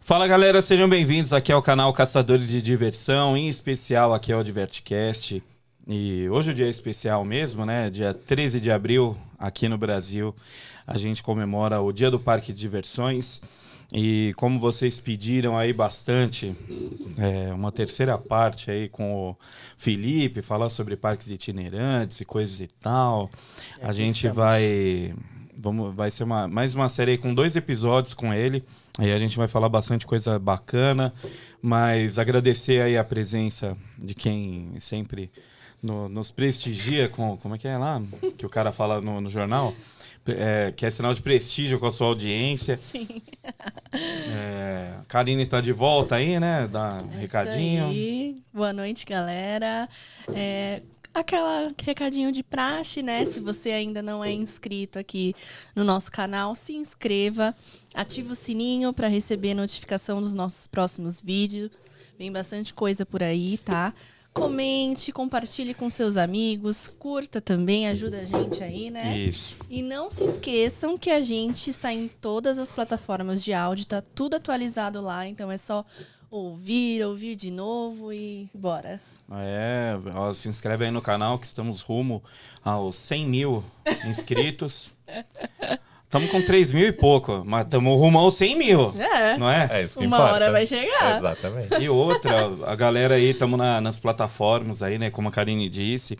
Fala galera, sejam bem-vindos aqui ao canal Caçadores de Diversão, em especial aqui ao Divertcast. E hoje o dia é especial mesmo, né? Dia 13 de abril, aqui no Brasil, a gente comemora o Dia do Parque de Diversões. E como vocês pediram aí bastante, é, uma terceira parte aí com o Felipe, falar sobre parques itinerantes e coisas e tal. E A É, aqui gente estamos. vai. Vamos, vai ser uma, mais uma série aí com dois episódios com ele. Aí a gente vai falar bastante coisa bacana. Mas agradecer aí a presença de quem sempre no- nos prestigia com. Como é que é lá? Que o cara fala no, no jornal? É, que é sinal de prestígio com a sua audiência. Sim. É, Karine tá de volta aí, né? Dá um É isso recadinho. aí. Boa noite, galera. É, aquela recadinho de praxe, né? Se você ainda não é inscrito aqui no nosso canal, se inscreva, ative o sininho para receber notificação dos nossos próximos vídeos. Vem bastante coisa por aí, tá? Comente, compartilhe com seus amigos, curta também, ajuda a gente aí, né? Isso. E não se esqueçam que a gente está em todas as plataformas de áudio, tá tudo atualizado lá, então é só ouvir, ouvir de novo e bora. É, ó, se inscreve aí no canal que estamos rumo aos 100 mil inscritos. Estamos com 3 mil e pouco, mas estamos rumo aos 100 mil, É, não é? É isso que uma importa. hora vai chegar. Exatamente. E outra, a galera aí, estamos nas plataformas aí, né? Como a Karine disse.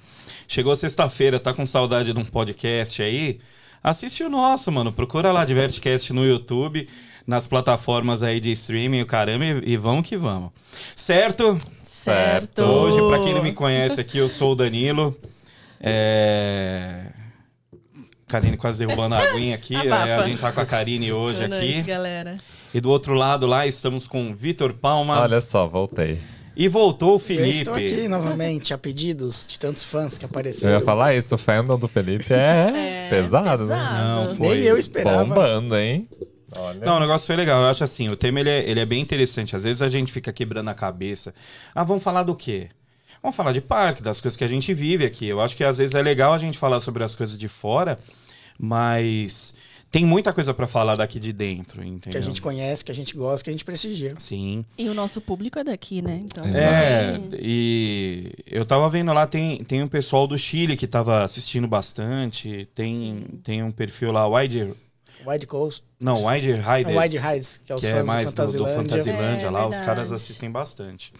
Chegou sexta-feira, tá com saudade de um podcast aí? Assiste o nosso, mano. Procura lá Divertcast no YouTube, nas plataformas aí de streaming, o caramba, e, e vamos que vamos. Certo? Certo. Hoje, pra quem não me conhece aqui, eu sou o Danilo. É. Karine quase derrubando a aguinha aqui. é, Abafa. A gente tá com a Karine hoje Boa noite, aqui. galera. E do outro lado lá estamos com o Vitor Palma. Olha só, voltei. E voltou o Eu estou aqui né? Felipe. novamente a pedidos de tantos fãs que Eu ia apareceram. falar isso, o fandom do Felipe é, É, pesado, né? pesado. Não, foi- Nem eu esperava. Bombando, hein? Olha. Não, o negócio foi legal. Eu acho assim, o tema ele é, ele é bem interessante. Às vezes a gente fica quebrando a cabeça. Ah, vamos falar do quê? Vamos falar de parque, das coisas que a gente vive aqui. Eu acho que às vezes é legal a gente falar sobre as coisas de fora, mas tem muita coisa pra falar daqui de dentro, entendeu? Que a gente conhece, que a gente gosta, que a gente prestigia. Sim. E o nosso público é daqui, né? Então, É, e eu tava vendo lá, tem, tem um pessoal do Chile que tava assistindo bastante. Tem, tem um perfil lá, Wide. Wide Coast, Não, Wide a Riders. Wide Hides, que é os que fãs é mais do, do do Fantasilândia. Fantasilândia É, lá, os verdade. caras assistem bastante.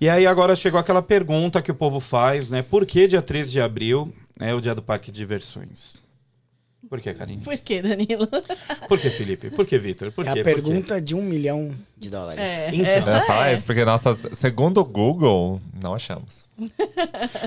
E aí agora chegou aquela pergunta que o povo faz, né? Por que dia 13 de abril é o dia do Parque de Diversões? Por que, Karine? Por que, Danilo? Por que, Felipe? Por que, Vitor? Por É quê? a Por quê? pergunta de um milhão de dólares. É, Então. Eu ia essa falar é. isso, porque, nossa, segundo o Google, não achamos.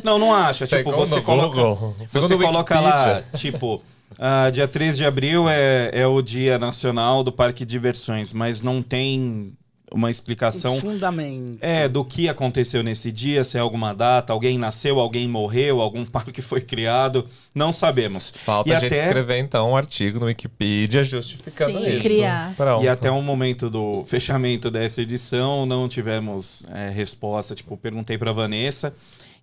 Não, não acha. Tipo, segundo você o coloca, Google. segundo você o coloca lá, Wikipedia. tipo, ah, dia 13 de abril é, é o Dia Nacional do Parque de Diversões, mas não tem uma explicação Um fundamento. É, do que aconteceu nesse dia, se é alguma data, alguém nasceu, alguém morreu, algum parque foi criado, não sabemos. Falta E a gente até- escrever, então, um artigo no Wikipedia justificando Sim, isso. criar. Pronto. E até um- o momento do fechamento dessa edição, não tivemos é, resposta. Tipo, perguntei pra Vanessa.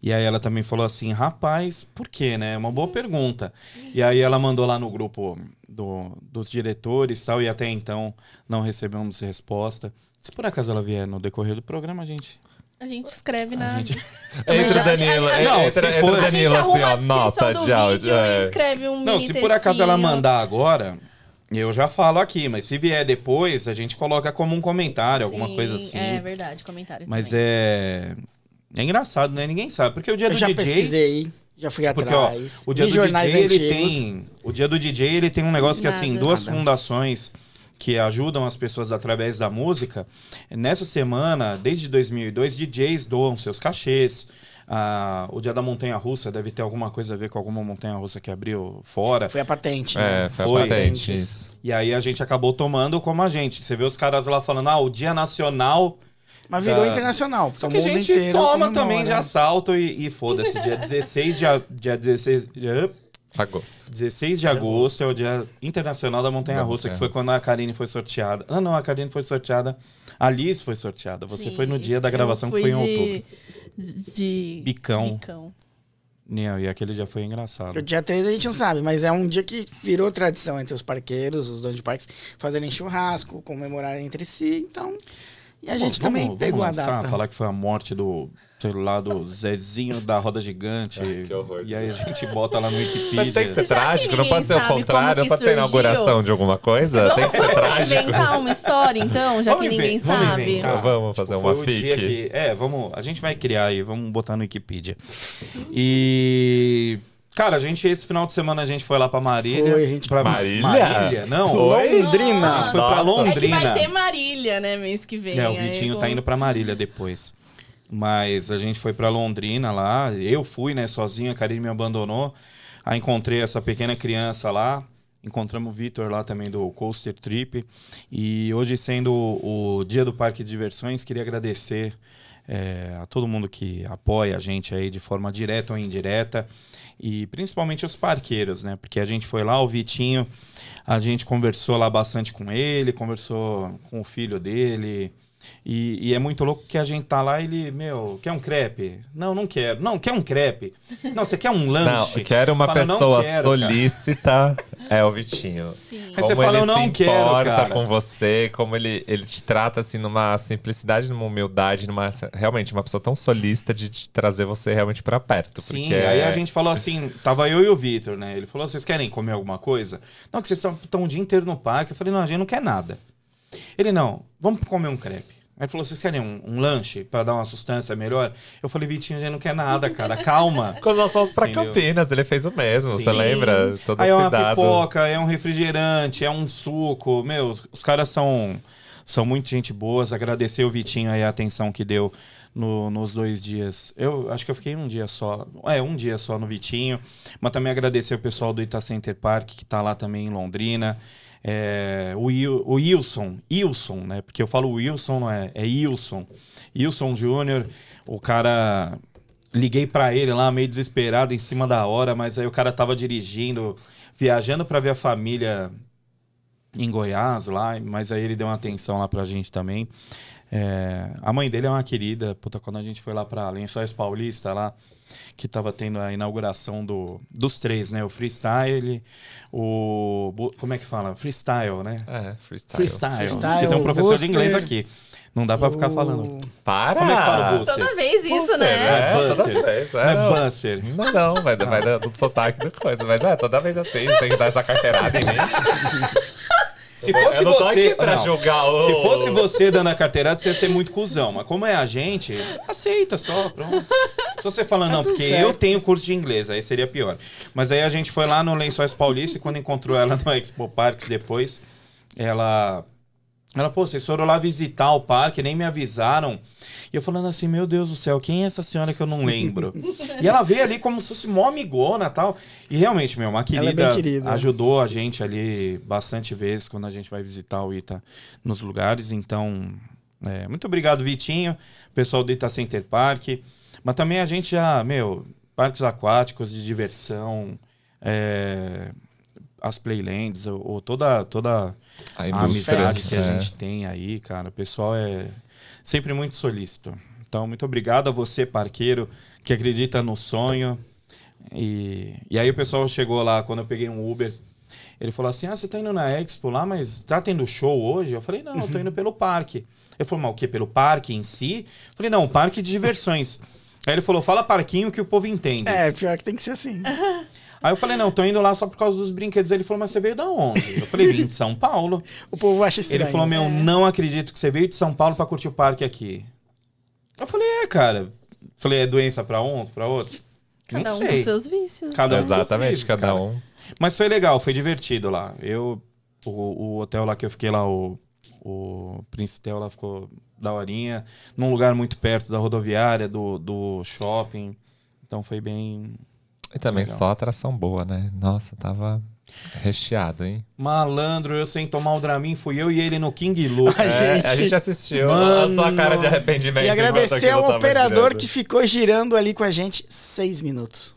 E aí ela também falou assim, rapaz, por quê, né? É uma boa pergunta. E aí ela mandou lá no grupo do- dos diretores e tal, e até então não recebemos resposta. Se por acaso ela vier no decorrer do programa, a gente. A gente escreve A na. gente... Entra o Danilo, a- a- Não, se entra, entra for- o A gente Danilo assim, arruma a ó, descrição nota do de áudio. vídeo e é. escreve um Não, mini se por acaso ela textinho. mandar agora, eu já falo aqui, mas se vier depois, a gente coloca como um comentário, alguma Sim, coisa assim. É verdade, comentário. mas também. é. É engraçado, né? Ninguém sabe. Porque o dia Eu do já DJ. pesquisei, já fui Porque, ó, atrás. o dia vi do jornais DJ, ele antigos. tem. O dia do DJ, ele tem um negócio que, assim, Nada. duas Nada. fundações que ajudam as pessoas através da música. Nessa semana, desde 2002, DJs doam seus cachês. Ah, o dia da montanha russa deve ter alguma coisa a ver com alguma montanha russa que abriu fora. Foi a patente, É, né? faz Foi. patente isso. E aí a gente acabou tomando como a gente. Você vê os caras lá falando, ah, o Dia Nacional. Mas virou Já- internacional. Só o que a mundo gente inteiro toma comemora. né? também de assalto e, e foda-se. Dia 16 de, a- dia 16, dia Agosto. 16 de agosto é o Dia Internacional da Montanha Russa, que foi quando a Karine foi sorteada. Ah, não, a Karine foi sorteada. A Liz foi sorteada. Você Sim, foi no dia da gravação eu que foi em fui outubro. de- De. Bicão. Bicão. Não, e aquele já foi engraçado. O dia 3 a gente não sabe, mas é um dia que virou tradição entre os parqueiros, os donos de parques, fazerem churrasco, comemorarem entre si, então. E a Pô, gente também vamos pegou lançar, a data. falar que foi a morte do, sei lá, do Zezinho da Roda Gigante. Ai, Ah, que horror. né? E aí a gente bota lá no Mas tem que Wikipedia. ser Já que trágico, não ninguém pode ser o sabe como contrário, não que pode ser a surgiu. inauguração de alguma Tá, coisa. Tem que ser trágico. inventar uma história, então, já Vamos que ninguém inven- vamos sabe. inventar. Tipo, Então vamos fazer uma foi o dia fic. que- é, vamos. A gente vai criar aí, vamos botar no Wikipedia. E. Cara, a gente, esse final de semana a gente foi lá pra Marília. Foi, a gente- pra Marília? Marília? Não. Oi? Londrina! A gente foi pra Nossa. É que Londrina. vai ter Marília, né, mês que vem. É, o aí Vitinho eu- tá indo pra Marília depois. Mas a gente foi pra Londrina lá. Eu fui, né, sozinho, a Karine me abandonou. Aí encontrei essa pequena criança lá. Encontramos o Vitor lá também do Coaster Trip. E hoje, sendo o o dia do Parque de Diversões, queria agradecer é, a todo mundo que apoia a gente aí de forma direta ou indireta. E principalmente os parqueiros, né? Porque a gente foi lá, o Vitinho, a gente conversou lá bastante com ele, conversou com o filho dele. E, e é muito louco que a gente tá lá e ele, meu, quer um crepe? Não, não quero. Não, quer um crepe? Não, você quer um Não, lanche? quero uma Fala, não pessoa quero, cara. solícita. É o Vitinho. Sim. Aí você fala, ele eu não se quero, importa cara. com você, como ele, ele te trata assim numa simplicidade, numa humildade, numa realmente uma pessoa tão solícita de te trazer você realmente pra perto. Sim, porque aí a é- gente falou assim, tava eu e o Vitor, né? Ele falou, vocês querem comer alguma coisa? Não, que vocês estão o dia inteiro no parque. Eu falei, não, a gente não quer nada. Ele, não, vamos comer um crepe. Aí ele falou, vocês querem um, um lanche pra dar uma sustância melhor? Eu falei, Vitinho, a gente não quer nada, cara, calma. Quando nós fomos pra Entendeu? Campinas, ele fez o mesmo, Sim. você lembra? Todo Aí é uma cuidado. pipoca, é um refrigerante, é um suco. Meu, os- os caras são, são muito gente boas. Agradecer o Vitinho aí a atenção que deu no- nos dois dias. Eu acho que eu fiquei um dia só. É, um dia só no Vitinho. Mas também agradecer o pessoal do Ita Center Park, que tá lá também em Londrina. É, o, Il, o Wilson, Wilson, né? Porque eu falo Wilson, não é? É Wilson. Wilson Júnior, o cara Liguei pra ele lá, meio desesperado, em cima da hora, mas aí o cara tava dirigindo, viajando pra ver a família em Goiás lá, mas aí ele deu uma atenção lá pra gente também. É, a mãe dele é uma querida, puta, quando a gente foi lá pra Lençóis Paulista lá, que tava tendo a inauguração do, dos três, né? O freestyle, o. bu- Como é que fala? Freestyle, né? É, freestyle. Freestyle. Freestyle, que tem um professor de booster. inglês aqui. Não dá pra ficar falando. Para! Como é que fala o Toda vez isso, né? né? É, É toda Buster. vez, Não é é. Buster. Não, não, vai, vai do, do sotaque da coisa. Mas é, toda vez assim, tem que dar essa carteirada em mim. Se fosse eu não tô você. aqui pra não. julgar o... Se fosse você dando a carteirada, você ia ser muito cuzão. Mas como é a gente, aceita só, pronto. Se você falar, não, Tá tudo porque certo. eu tenho curso de inglês, aí seria pior. Mas aí a gente foi lá no Lençóis Paulista e quando encontrou ela no Expo Parks depois, ela. Ela, pô, vocês foram lá visitar o parque, nem me avisaram. E eu falando assim, meu Deus do céu, quem é essa senhora que eu não lembro? e ela veio ali como se fosse mó amigona e tal. E realmente, meu, uma Ela é querida, bem querida. ajudou a gente ali bastante vezes quando a gente vai visitar o Ita nos lugares. Então, é, muito obrigado, Vitinho, pessoal do Ita Center Park. Mas também a gente já, meu, parques aquáticos de diversão, é, as Playlands, ou, ou toda, toda A a indústria, amizade Ah, que a é. gente tem aí, cara. O pessoal é sempre muito solícito. Então, muito obrigado a você, parqueiro, que acredita no sonho. E, e aí o pessoal chegou lá, quando eu peguei um Uber, ele falou assim, ah, você tá indo na Expo lá, mas tá tendo show hoje? Eu falei, não, eu tô indo pelo parque. Ele falou, mas o quê? Pelo parque em si? Eu falei, não, um parque de diversões. Aí ele falou, fala parquinho que o povo entende. É, pior que tem que ser assim. Aí eu falei, não, tô indo lá só por causa dos brinquedos. Ele falou, mas você veio da onde? Eu falei, vim de São Paulo. O povo acha estranho. Ele falou, É. meu, não acredito que você veio de São Paulo pra curtir o parque aqui. Eu falei, é, cara. Falei, é doença pra uns, pra outros? Cada não um sei. com seus vícios. Cada um com seus Exatamente, vícios, cada cara. um. Mas foi legal, foi divertido lá. Eu, o, o hotel lá que eu fiquei lá, o, o Princetel lá ficou da horinha. Num lugar muito perto da rodoviária, do, do shopping. Então foi bem... E também Legal. só atração boa, né? Nossa, tava recheado, hein? Malandro, eu sem tomar o Dramin, fui eu e ele no King Lu. A É, É, gente- a gente assistiu Mano. a sua cara de né, arrependimento. E enquanto agradecer aquilo ao tava operador girando. que ficou girando ali com a gente seis minutos.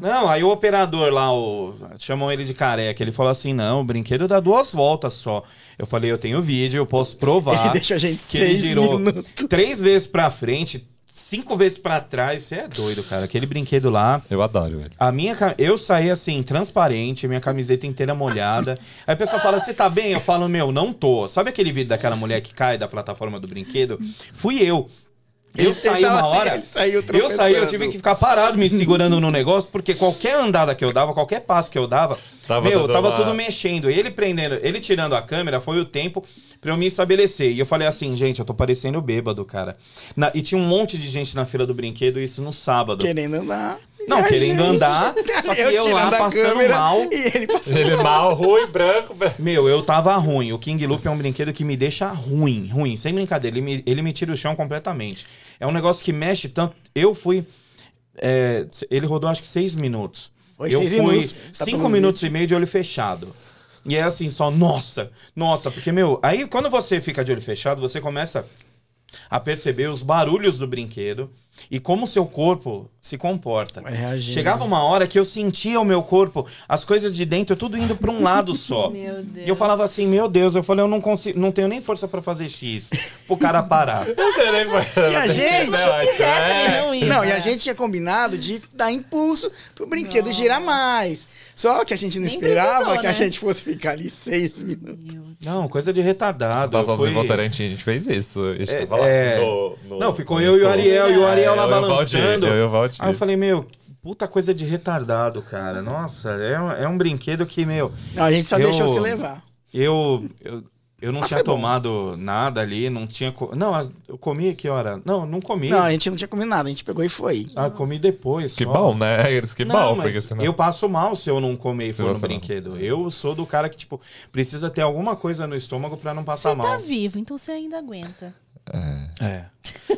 Não, aí o operador lá, o, chamam ele de careca. Ele falou assim: não, o brinquedo dá duas voltas só. Eu falei: eu tenho vídeo, eu posso provar. Ele deixou a gente que ele seis girou minutos. três vezes pra frente, cinco vezes pra trás. Você é doido, cara. Aquele brinquedo lá. Eu adoro ele. A minha, ca- eu saí assim, transparente, minha camiseta inteira molhada. Aí a pessoa fala, você tá bem? Eu falo, meu, não tô. Sabe aquele vídeo daquela mulher que cai da plataforma do brinquedo? Fui eu. Eu Ele saí tava uma assim, hora. ele saiu Eu saí, eu tropeçando. tive que ficar parado me segurando no negócio, porque qualquer andada que eu dava, qualquer passo que eu dava, Tava meu, tudo tava lá. tudo mexendo. Ele prendendo, ele tirando a câmera, foi o tempo pra eu me estabelecer. E eu falei assim, gente, eu tô parecendo bêbado, cara. Na- e tinha um monte de gente na fila do brinquedo, isso no sábado. Querendo andar. Não, E a querendo gente- andar, só que eu lá tirando a passando câmera mal. E ele passando Ele é mal, ruim, branco, branco. Meu, eu tava ruim. O King Loop é um brinquedo que me deixa ruim, ruim, sem brincadeira. Ele me, ele me tira o chão completamente. É um negócio que mexe tanto. Eu fui. é, ele rodou acho que seis minutos. Oi, eu seis fui minutos. Tá todo cinco mundo minutos e meio de olho fechado. E é assim, só, nossa, nossa, porque, meu, aí quando você fica de olho fechado, você começa a perceber os barulhos do brinquedo e como o seu corpo se comporta. Vai reagindo. Chegava uma hora que eu sentia o meu corpo, as coisas de dentro, tudo indo pra um lado só. Meu Deus. E eu falava assim, meu Deus, eu falei, eu não consigo, não tenho nem força pra fazer X pro cara parar. E a assim, gente? né? é Fizesse, ele não ia. Tá Não, e a gente tinha combinado de dar impulso pro brinquedo girar mais. Só que a gente não Nem esperava precisou, que a né? gente fosse ficar ali seis minutos. Meu Não, coisa de retardado. Nós eu fomos fui- em Votorantim, um a gente fez isso. A gente É, tava lá. é. no- no- Não, ficou no eu e o encontro. Ariel, e o Ariel lá É, eu e o Valdir, balançando. Eu e o Valdir. Aí eu falei, meu, puta coisa de retardado, cara. Nossa, é, um- é um brinquedo que, meu, Não, a gente só Eu- deixou se levar. eu. eu eu não tinha tomado nada ali, não tinha. co- Não, eu comi que hora? Não, não comi. Não, a gente não tinha comido nada, a gente pegou e foi. Ah, comi depois. Que só. bom, né? Eles que não, bom, mas porque senão. eu passo mal se eu não comer e Se for no você não. brinquedo. Eu sou do cara que, tipo, precisa ter alguma coisa no estômago pra não passar Você tá mal. vivo, então você ainda aguenta. É. É.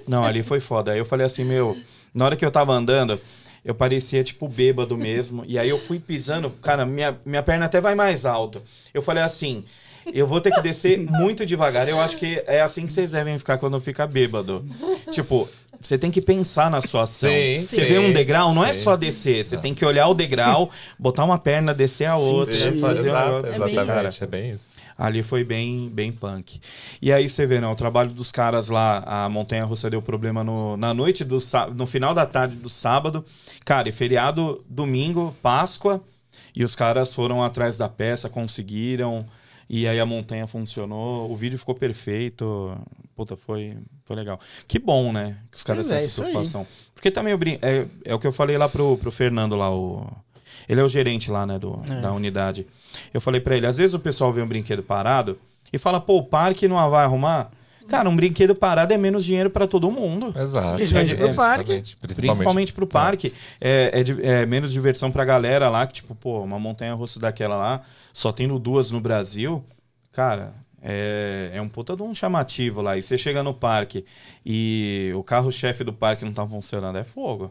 Não, ali foi foda. Aí eu falei assim, meu, na hora que eu tava andando, eu parecia, tipo, bêbado mesmo. E aí eu fui pisando, cara, minha, minha perna até vai mais alto. Eu falei assim. Eu vou ter que descer muito devagar. Eu acho que é assim que vocês devem ficar quando fica bêbado. Tipo, você tem que pensar na sua ação. Sim, você sim, vê um degrau, não é sim. só descer. Você tem que olhar o degrau, botar uma perna, descer a outra, Sentir. fazer um Exato, negócio. bem Cara, exatamente, é bem isso. Ali foi bem, bem punk. E aí você vê, né? O trabalho dos caras lá, a Montanha Russa deu problema no, na noite do sá- no final da tarde do sábado. Cara, e feriado, domingo, Páscoa. E os caras foram atrás da peça, conseguiram. E aí a montanha funcionou, o vídeo ficou perfeito. Puta, foi, foi legal. Que bom, né? Que os caras Pois têm é, essa isso aí. preocupação. Porque também eu brin- é, é o que eu falei lá pro, pro Fernando lá, o. Ele é o gerente lá, né, do, da unidade. Eu falei pra ele, às vezes o pessoal vê um brinquedo parado e fala, pô, o parque não vai arrumar. Cara, um brinquedo parado é menos dinheiro pra todo mundo. Exato. Principalmente É, pro parque. Principalmente, principalmente. Principalmente pro parque. É, é di- é menos diversão pra galera lá, que, tipo, pô, uma montanha russa daquela lá, só tendo duas no Brasil, cara, é, é um puta de um chamativo lá. E você chega no parque e o carro-chefe do parque não tá funcionando, é fogo.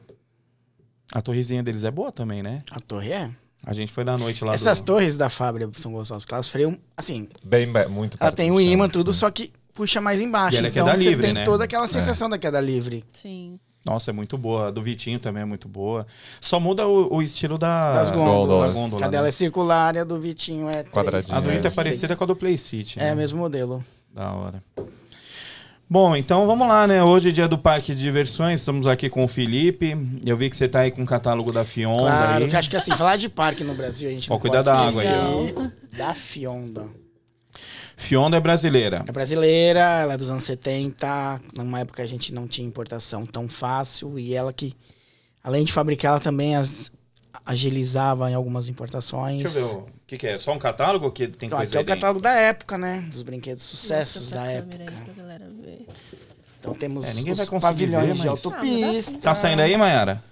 A torrezinha deles é boa também, né? A torre é. A gente foi na noite lá Essas do... torres da Fábio São Gonçalves, que elas freiam, assim, Bem, bem- muito ela perto Ah, tem do o chão, ímã, assim. tudo, só que puxa mais embaixo. né? E ela é então queda você livre, tem né? toda aquela sensação da queda livre. Sim. Nossa, é muito boa. A do Vitinho também é muito boa. Só muda o, o estilo da... Das gôndolas. gôndolas. gôndola, a dela né? é circular e a do Vitinho é. três. Quadradinha. A do Inter é Três. parecida com a do Play City. É, né? mesmo modelo. Da hora. Bom, então vamos lá, né? Hoje é dia do Parque de Diversões, estamos aqui com o Felipe. Eu vi que você tá aí com o catálogo da Fionda Claro, aí. que acho que assim, falar de parque no Brasil, a gente Ó, não cuidado pode da água aí, ó. esquecer Da Fionda. Fionda é brasileira. É brasileira, ela é dos anos 70, numa época a gente não tinha importação tão fácil, e ela que, além de fabricar, ela também as- agilizava em algumas importações. Deixa eu ver, o que que é? Só um catálogo que tem Então, aqui coisa é aí o catálogo da época, né? Dos brinquedos sucessos Mostra da pra câmera época. Aí tá pra galera ver. Então temos É, ninguém vai os conseguir pavilhões ver, de mas- Ah, autopista, dentro? Tá saindo aí, Mayara?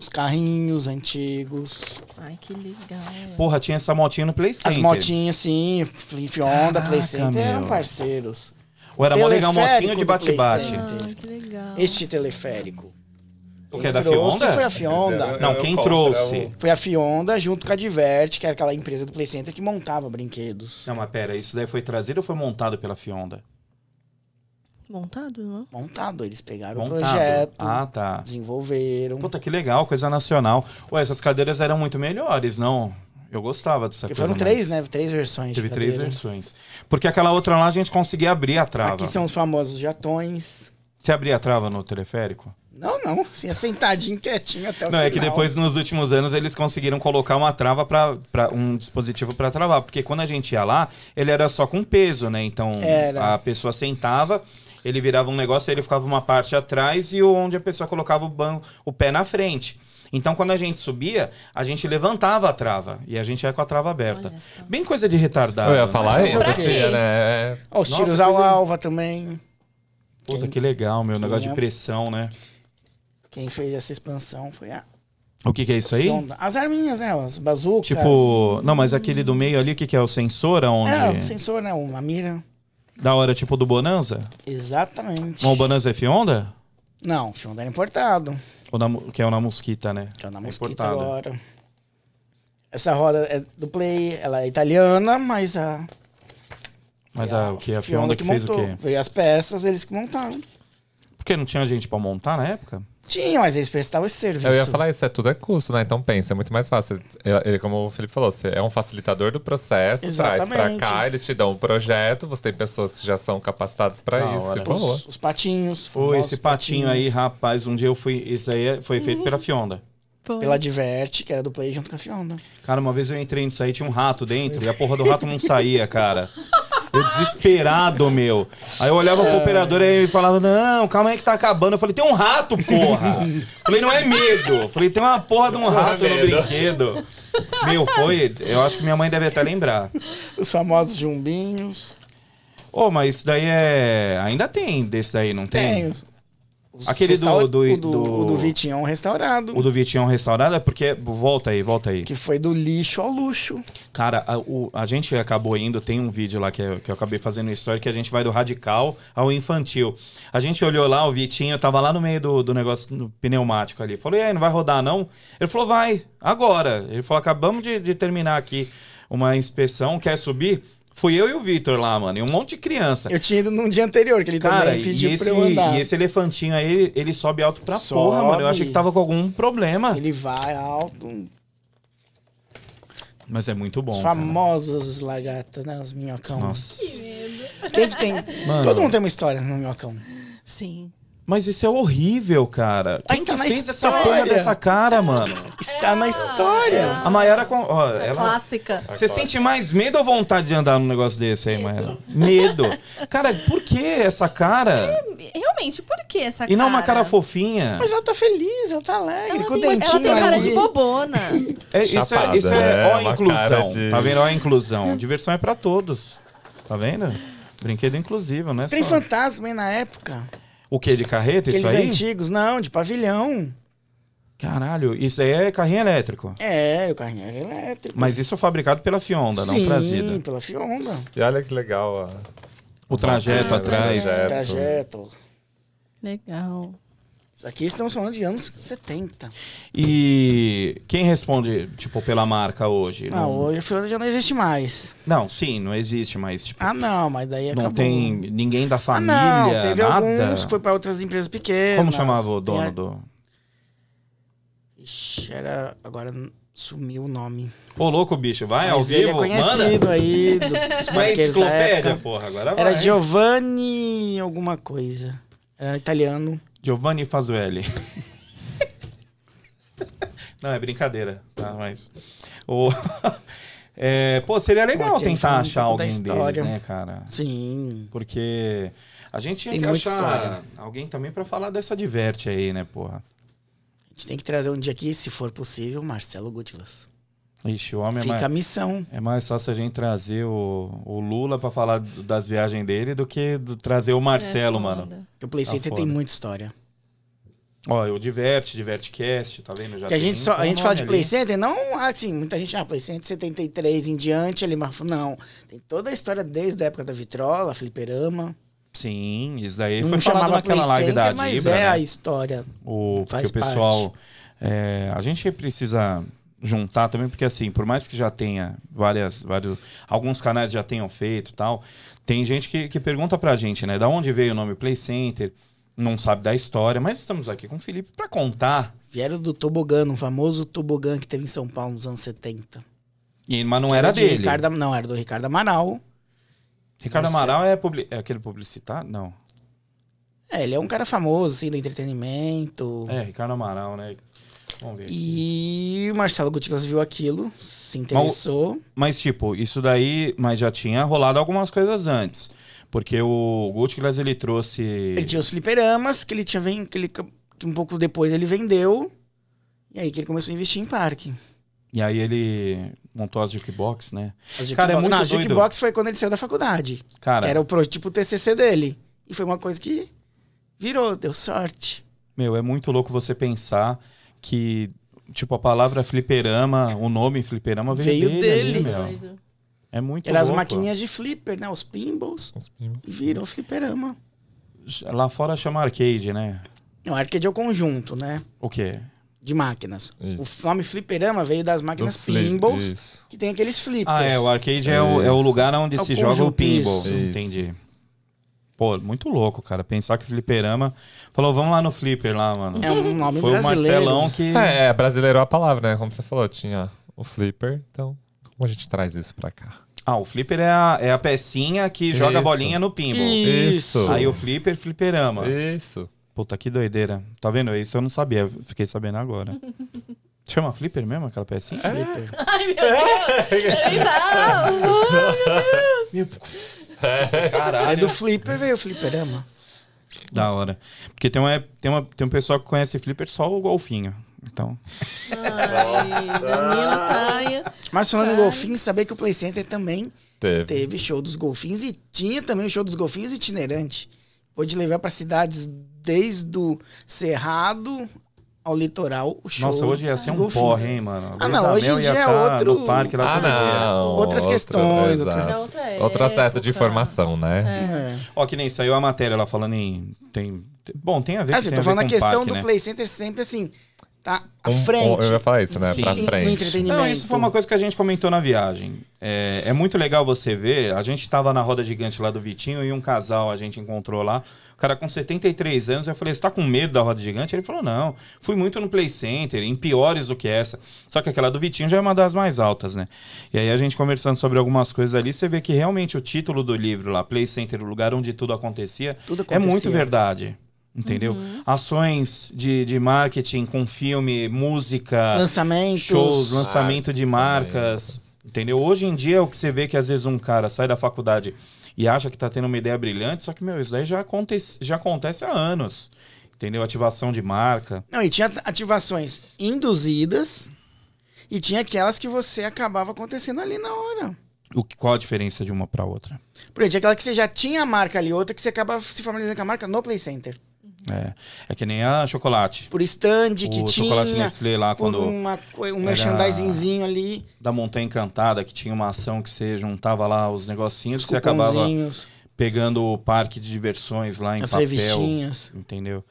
os carrinhos antigos, Ai, que legal. Porra, tinha essa motinha no Play as Center. motinhas, sim, Flip Honda, Play Caraca, Center, eram meu. parceiros. Ou era mó legal, Teleférico motinha de do Play bate-bate. Center. Ai, que legal. Este teleférico. O Quem que é da trouxe Fionda? Foi a Fionda. Não, Eu quem compro, trouxe? é um- Foi a Fionda junto com a Divert, que era aquela empresa do Play Center que montava brinquedos. Não, mas pera, isso daí foi trazido ou foi montado pela Fionda? Montado, não? Montado, eles pegaram montado. o um projeto, Ah, tá. desenvolveram. Puta, que legal, coisa nacional. Ué, essas cadeiras eram muito melhores, não? Eu gostava dessa Porque coisa. foram mais. três, né? Três versões. de Teve três cadeira. versões. Porque aquela outra lá a gente conseguia abrir a trava. Aqui são os famosos jatões. Você abria a trava no teleférico? Não, não. Ia sentadinho, quietinho até o Não, Tá final. é que depois, nos últimos anos, eles conseguiram colocar uma trava para um dispositivo para travar. Porque quando a gente ia lá, ele era só com peso, né? Então Era. a pessoa sentava, ele virava um negócio, aí ele ficava uma parte atrás e onde a pessoa colocava o, ban o pé na frente. Então, quando a gente subia, a gente levantava a trava. E a gente ia com a trava aberta. Olha só. Bem coisa de retardado. Eu ia né? falar Mas isso, pra tia, quê? né? É, Ó, os Nossa, tiros que ao coisa- alva também. Puta, Quem- que legal, meu. quem Negócio de é? pressão, né? Quem fez essa expansão foi a O que, que é isso aí? Sonda. As arminhas, né? As bazucas. Tipo, não, mas aquele do meio ali, o que, que é? O sensor aonde? É, o sensor, né? Uma mira. Da hora, tipo do Bonanza? Exatamente. Uma Bonanza é Fionda? Não, o tá Fionda era importado. Ou na mu- que é o na Mosquita, né? Que é na É mosquita importada. agora. Essa roda é do Play, ela é italiana, mas a. Mas foi a, o que? A Fionda que, fez o montou. quê? Veio as peças, eles que montaram. Porque não tinha gente pra montar na época? Tinha, mas eles prestavam esse serviço. Eu ia falar isso, é tudo é custo, né? Então pensa, é muito mais fácil. Ele- ele, como o Felipe falou, você é um facilitador do processo, traz pra Exatamente. cá, eles te dão um projeto, você tem pessoas que já são capacitadas pra Da isso. hora. e boa. os, os patinhos. Foi famosos esse patinho patinhos. aí, rapaz. Um dia eu fui. Isso aí é- foi feito pela Fionda. Pô, Pela Diverte, que era do Play junto com a Fionda. Cara, uma vez eu entrei nisso aí, tinha um rato dentro e a porra do rato não saía, cara. Eu desesperado, meu. Aí eu olhava pro operador e ele falava: Não, calma aí que tá acabando. Eu falei: Tem um rato, porra. falei: Não é medo. Eu falei: Tem uma porra de um rato no medo. brinquedo. Meu, foi. Eu acho que minha mãe deve até lembrar. Os famosos jumbinhos. Ô, mas isso daí é. Ainda tem desse daí, não tem? Tem. os- os Aquele do- restaura- do- o do, do- o do Vitinho restaurado. O do Vitinho restaurado é porque. Volta aí, volta aí. Que foi do lixo ao luxo. Cara, a, o- a gente acabou indo, tem um vídeo lá que eu, que eu acabei fazendo história, que a gente vai do radical ao infantil. A gente olhou lá, o Vitinho tava lá no meio do, do negócio no pneumático ali. Falou, e aí, não vai rodar não? Ele falou, vai, agora. Ele falou, acabamos de, de terminar aqui uma inspeção, quer subir? Fui eu e o Vitor lá, mano, e um monte de criança. Eu tinha ido num dia anterior, que ele Cara, também e pediu esse, pra eu andar. e esse elefantinho aí, ele, ele sobe alto pra porra, Sobe. mano. Eu achei que tava com algum problema. Ele vai alto. um Mas é muito bom. os cara. famosos lagartas, né? Os minhocão. Nossa. que medo. Quem que tem? Mano. Todo mundo tem uma história no minhocão. Sim. Mas isso é horrível, cara. Mas Quem tá que na fez essa história. porra dessa cara, mano? Está Ah. na história. A Mayara. com- ó, Tá É ela... clássica. Você sente mais medo ou vontade de andar num negócio desse aí, Mayara? Medo. Cara, por que essa cara? Realmente, por que essa cara? E não é uma cara fofinha. Mas ela tá feliz, ela tá alegre, Ela com o tem- dentinho Ela tem cara ali. de bobona. É, isso é, isso Chapada, é, né? ó, Uma inclusão. cara de- Tá vendo? Ó, inclusão. Diversão é pra todos. Tá vendo? Brinquedo inclusivo, né? Tem fantasma aí na época. O que? De carreta, isso Aqueles aí? antigos, não, de pavilhão. Caralho, isso aí é carrinho elétrico. É, o carrinho era elétrico. Mas isso é fabricado pela Fionda, Sim, não trazida. pela Fionda. E olha que legal. ó. O trajeto É Ah, atrás. trajeto. Esse Trajeto. Legal. Isso aqui estamos falando de anos 70. E quem responde, tipo, pela marca hoje? Não, Ah, hoje a Fionda já não existe mais. Não, sim, não existe, mas tipo, Ah, não, mas daí acabou. não tem ninguém da Ah, família, não, teve nada. alguns que foi pra outras empresas pequenas. Como chamava o Tem dono a- do. Ixi, era. Agora sumiu o nome. Ô, louco, bicho, vai Ah, ao Mas ele é vivo, manda. conhecido aí, do- dos Uma banqueiros da enciclopédia, época. porra, agora vai. Era Giovanni alguma coisa. Era italiano. Giovanni Fazuelli. não, é brincadeira, tá? Mas. O... É, pô, seria legal Aqui a gente tentar falou um achar pouco da alguém deles, história. né, cara? Sim. Porque a gente tinha Tem que muita achar história. né? alguém também pra falar dessa diverte aí, né, porra? A gente tem que trazer um dia aqui, se for possível, Marcelo Gutilas. Ixi, o homem é Fica a mais, missão. é mais fácil a gente trazer o, o Lula pra falar d- das viagens dele do que do- trazer o Marcelo, É foda. mano. Porque O Play Tá Center foda. tem muita história. Ó, o Diverte, Divertecast, tá vendo? Já Porque a tem gente, só, a um gente fala nome de Play ali. Center, não assim, muita gente, ah, Play Center 73 em diante, ali, mas não. Tem toda a história desde a época da vitrola, fliperama. Sim, isso daí Não foi falado chamava Play naquela live da Center, mas Dibra, é né? a história. o porque Faz o pessoal é, a gente precisa juntar também porque assim por mais que já tenha várias vários alguns canais já tenham feito e tal tem gente que, que pergunta pra gente né da onde veio o nome Play Center não sabe da história mas estamos aqui com o Felipe pra contar Vieram do tobogã, um famoso tobogã que teve em São Paulo nos anos 70. e mas não era é de dele Ricardo, Ricardo, não, era do Ricardo Amaral. Marcelo. Amaral é, publi- é aquele publicitário não É, ele é um cara famoso, assim, do entretenimento. É, Ricardo Amaral, né? Vamos ver. aqui. E o Marcelo Gutierrez viu aquilo, se interessou. Mas, tipo, isso daí, mas já tinha rolado algumas coisas antes. Porque o Gutglas, ele trouxe. Ele tinha os fliperamas, que ele tinha ven- que, ele, que um pouco depois ele vendeu. E aí que ele começou a investir em parque. E aí ele montou as jukebox, né? As Cara, é jukebox- muito Não, a doido. jukebox foi quando ele saiu da faculdade. Cara, Que era o prototipo TCC dele. E foi uma coisa que virou, deu sorte. meu, é muito louco você pensar que, tipo, a palavra fliperama, o nome fliperama veio, dele, Veio dele. ali, meu. Doido. É muito Eram as louco. maquininhas de flipper, né? Os pinballs. Virou fliperama. Lá fora chama arcade, né? O arcade é o conjunto, né? O quê? De máquinas. Isso. O nome fliperama veio das máquinas flip, pinballs, isso. que tem aqueles flippers. Ah, é, o arcade é o, é o Isso. lugar onde É o se joga o conjunto, pinball. isso. Entendi. Pô, muito louco, cara. Pensar que fliperama... Falou, vamos lá no flipper lá, mano. É um nome Foi o brasileiro. Marcelão que... É, é, brasileiro é a palavra, né? Como você falou, tinha o flipper, então como a gente traz isso pra cá? Ah, o flipper é a, é a pecinha que joga a Isso. bolinha no pinball. Isso. Aí o flipper, fliperama. Isso. Puta, que doideira. Tá vendo? Isso eu não sabia. eu Fiquei sabendo agora. Chama flipper mesmo aquela pecinha? É. Flipper. Ai, meu Deus! Ele tá- não! Aí É, do flipper veio o fliperama. Da hora. Porque tem, uma, tem, uma, tem um pessoal que conhece flipper só o golfinho. Então, Ai, Danilo Taia. Mas falando em Claro. golfinhos, sabia que o Play Center também Teve. teve show dos golfinhos e tinha também o show dos golfinhos itinerante. Pôde levar para cidades desde o Cerrado ao litoral o show. nossa, hoje ia ser dos um golfinhos. porre, hein, mano? Ah, O não, hoje em Isabel ia dia é tá outro- No parque lá Ah, todo dia. não. Outras Outra- questões, outra- exato. Pra outra época. Outro acesso de informação, né? É. Ó, que nem saiu a matéria lá falando em. Tem, tem- bom, tem a ver Assim, que tô tem falando a a ver com questão parque, do né? Play Center sempre assim, tá à Um- frente. um- eu ia falar isso, né? Sim. Pra E- no frente. No entretenimento. Não, isso foi uma coisa que a gente comentou na viagem. É, é muito legal você ver. A gente tava na roda gigante lá do Vitinho e um casal a gente encontrou lá. O cara com 73 anos, eu falei, você tá com medo da roda gigante? Ele falou, não, fui muito no Play Center, em piores do que essa. Só que aquela do Vitinho já é uma das mais altas, né? E aí a gente conversando sobre algumas coisas ali, você vê que realmente o título do livro lá, Play Center, o lugar onde tudo acontecia, Tudo é acontecia. Uhum. muito verdade. Entendeu? Ações de, de marketing com filme, música, Lançamentos. shows, lançamento marcas, de marcas, entendeu? Hoje em dia é o que você vê que às vezes um cara sai da faculdade e acha que tá tendo uma ideia brilhante, só que, meu, isso daí já acontece, já acontece há anos, entendeu? Ativação de marca. Não, e tinha ativações induzidas e tinha aquelas que você acabava acontecendo ali na hora. O que, qual a diferença de uma pra outra? Porque tinha aquela que você já tinha a marca ali, outra que você acaba se familiarizando com a marca no Play Center. É, é que nem a chocolate. Por stand que o tinha, chocolate Nestlé lá, por quando uma coi- era- um merchandisingzinho ali, da Montanha Encantada, que tinha uma ação que você juntava lá os negocinhos, os você acabava cupomzinhos, pegando o parque de diversões lá em as papel. revistinhas. Entendeu?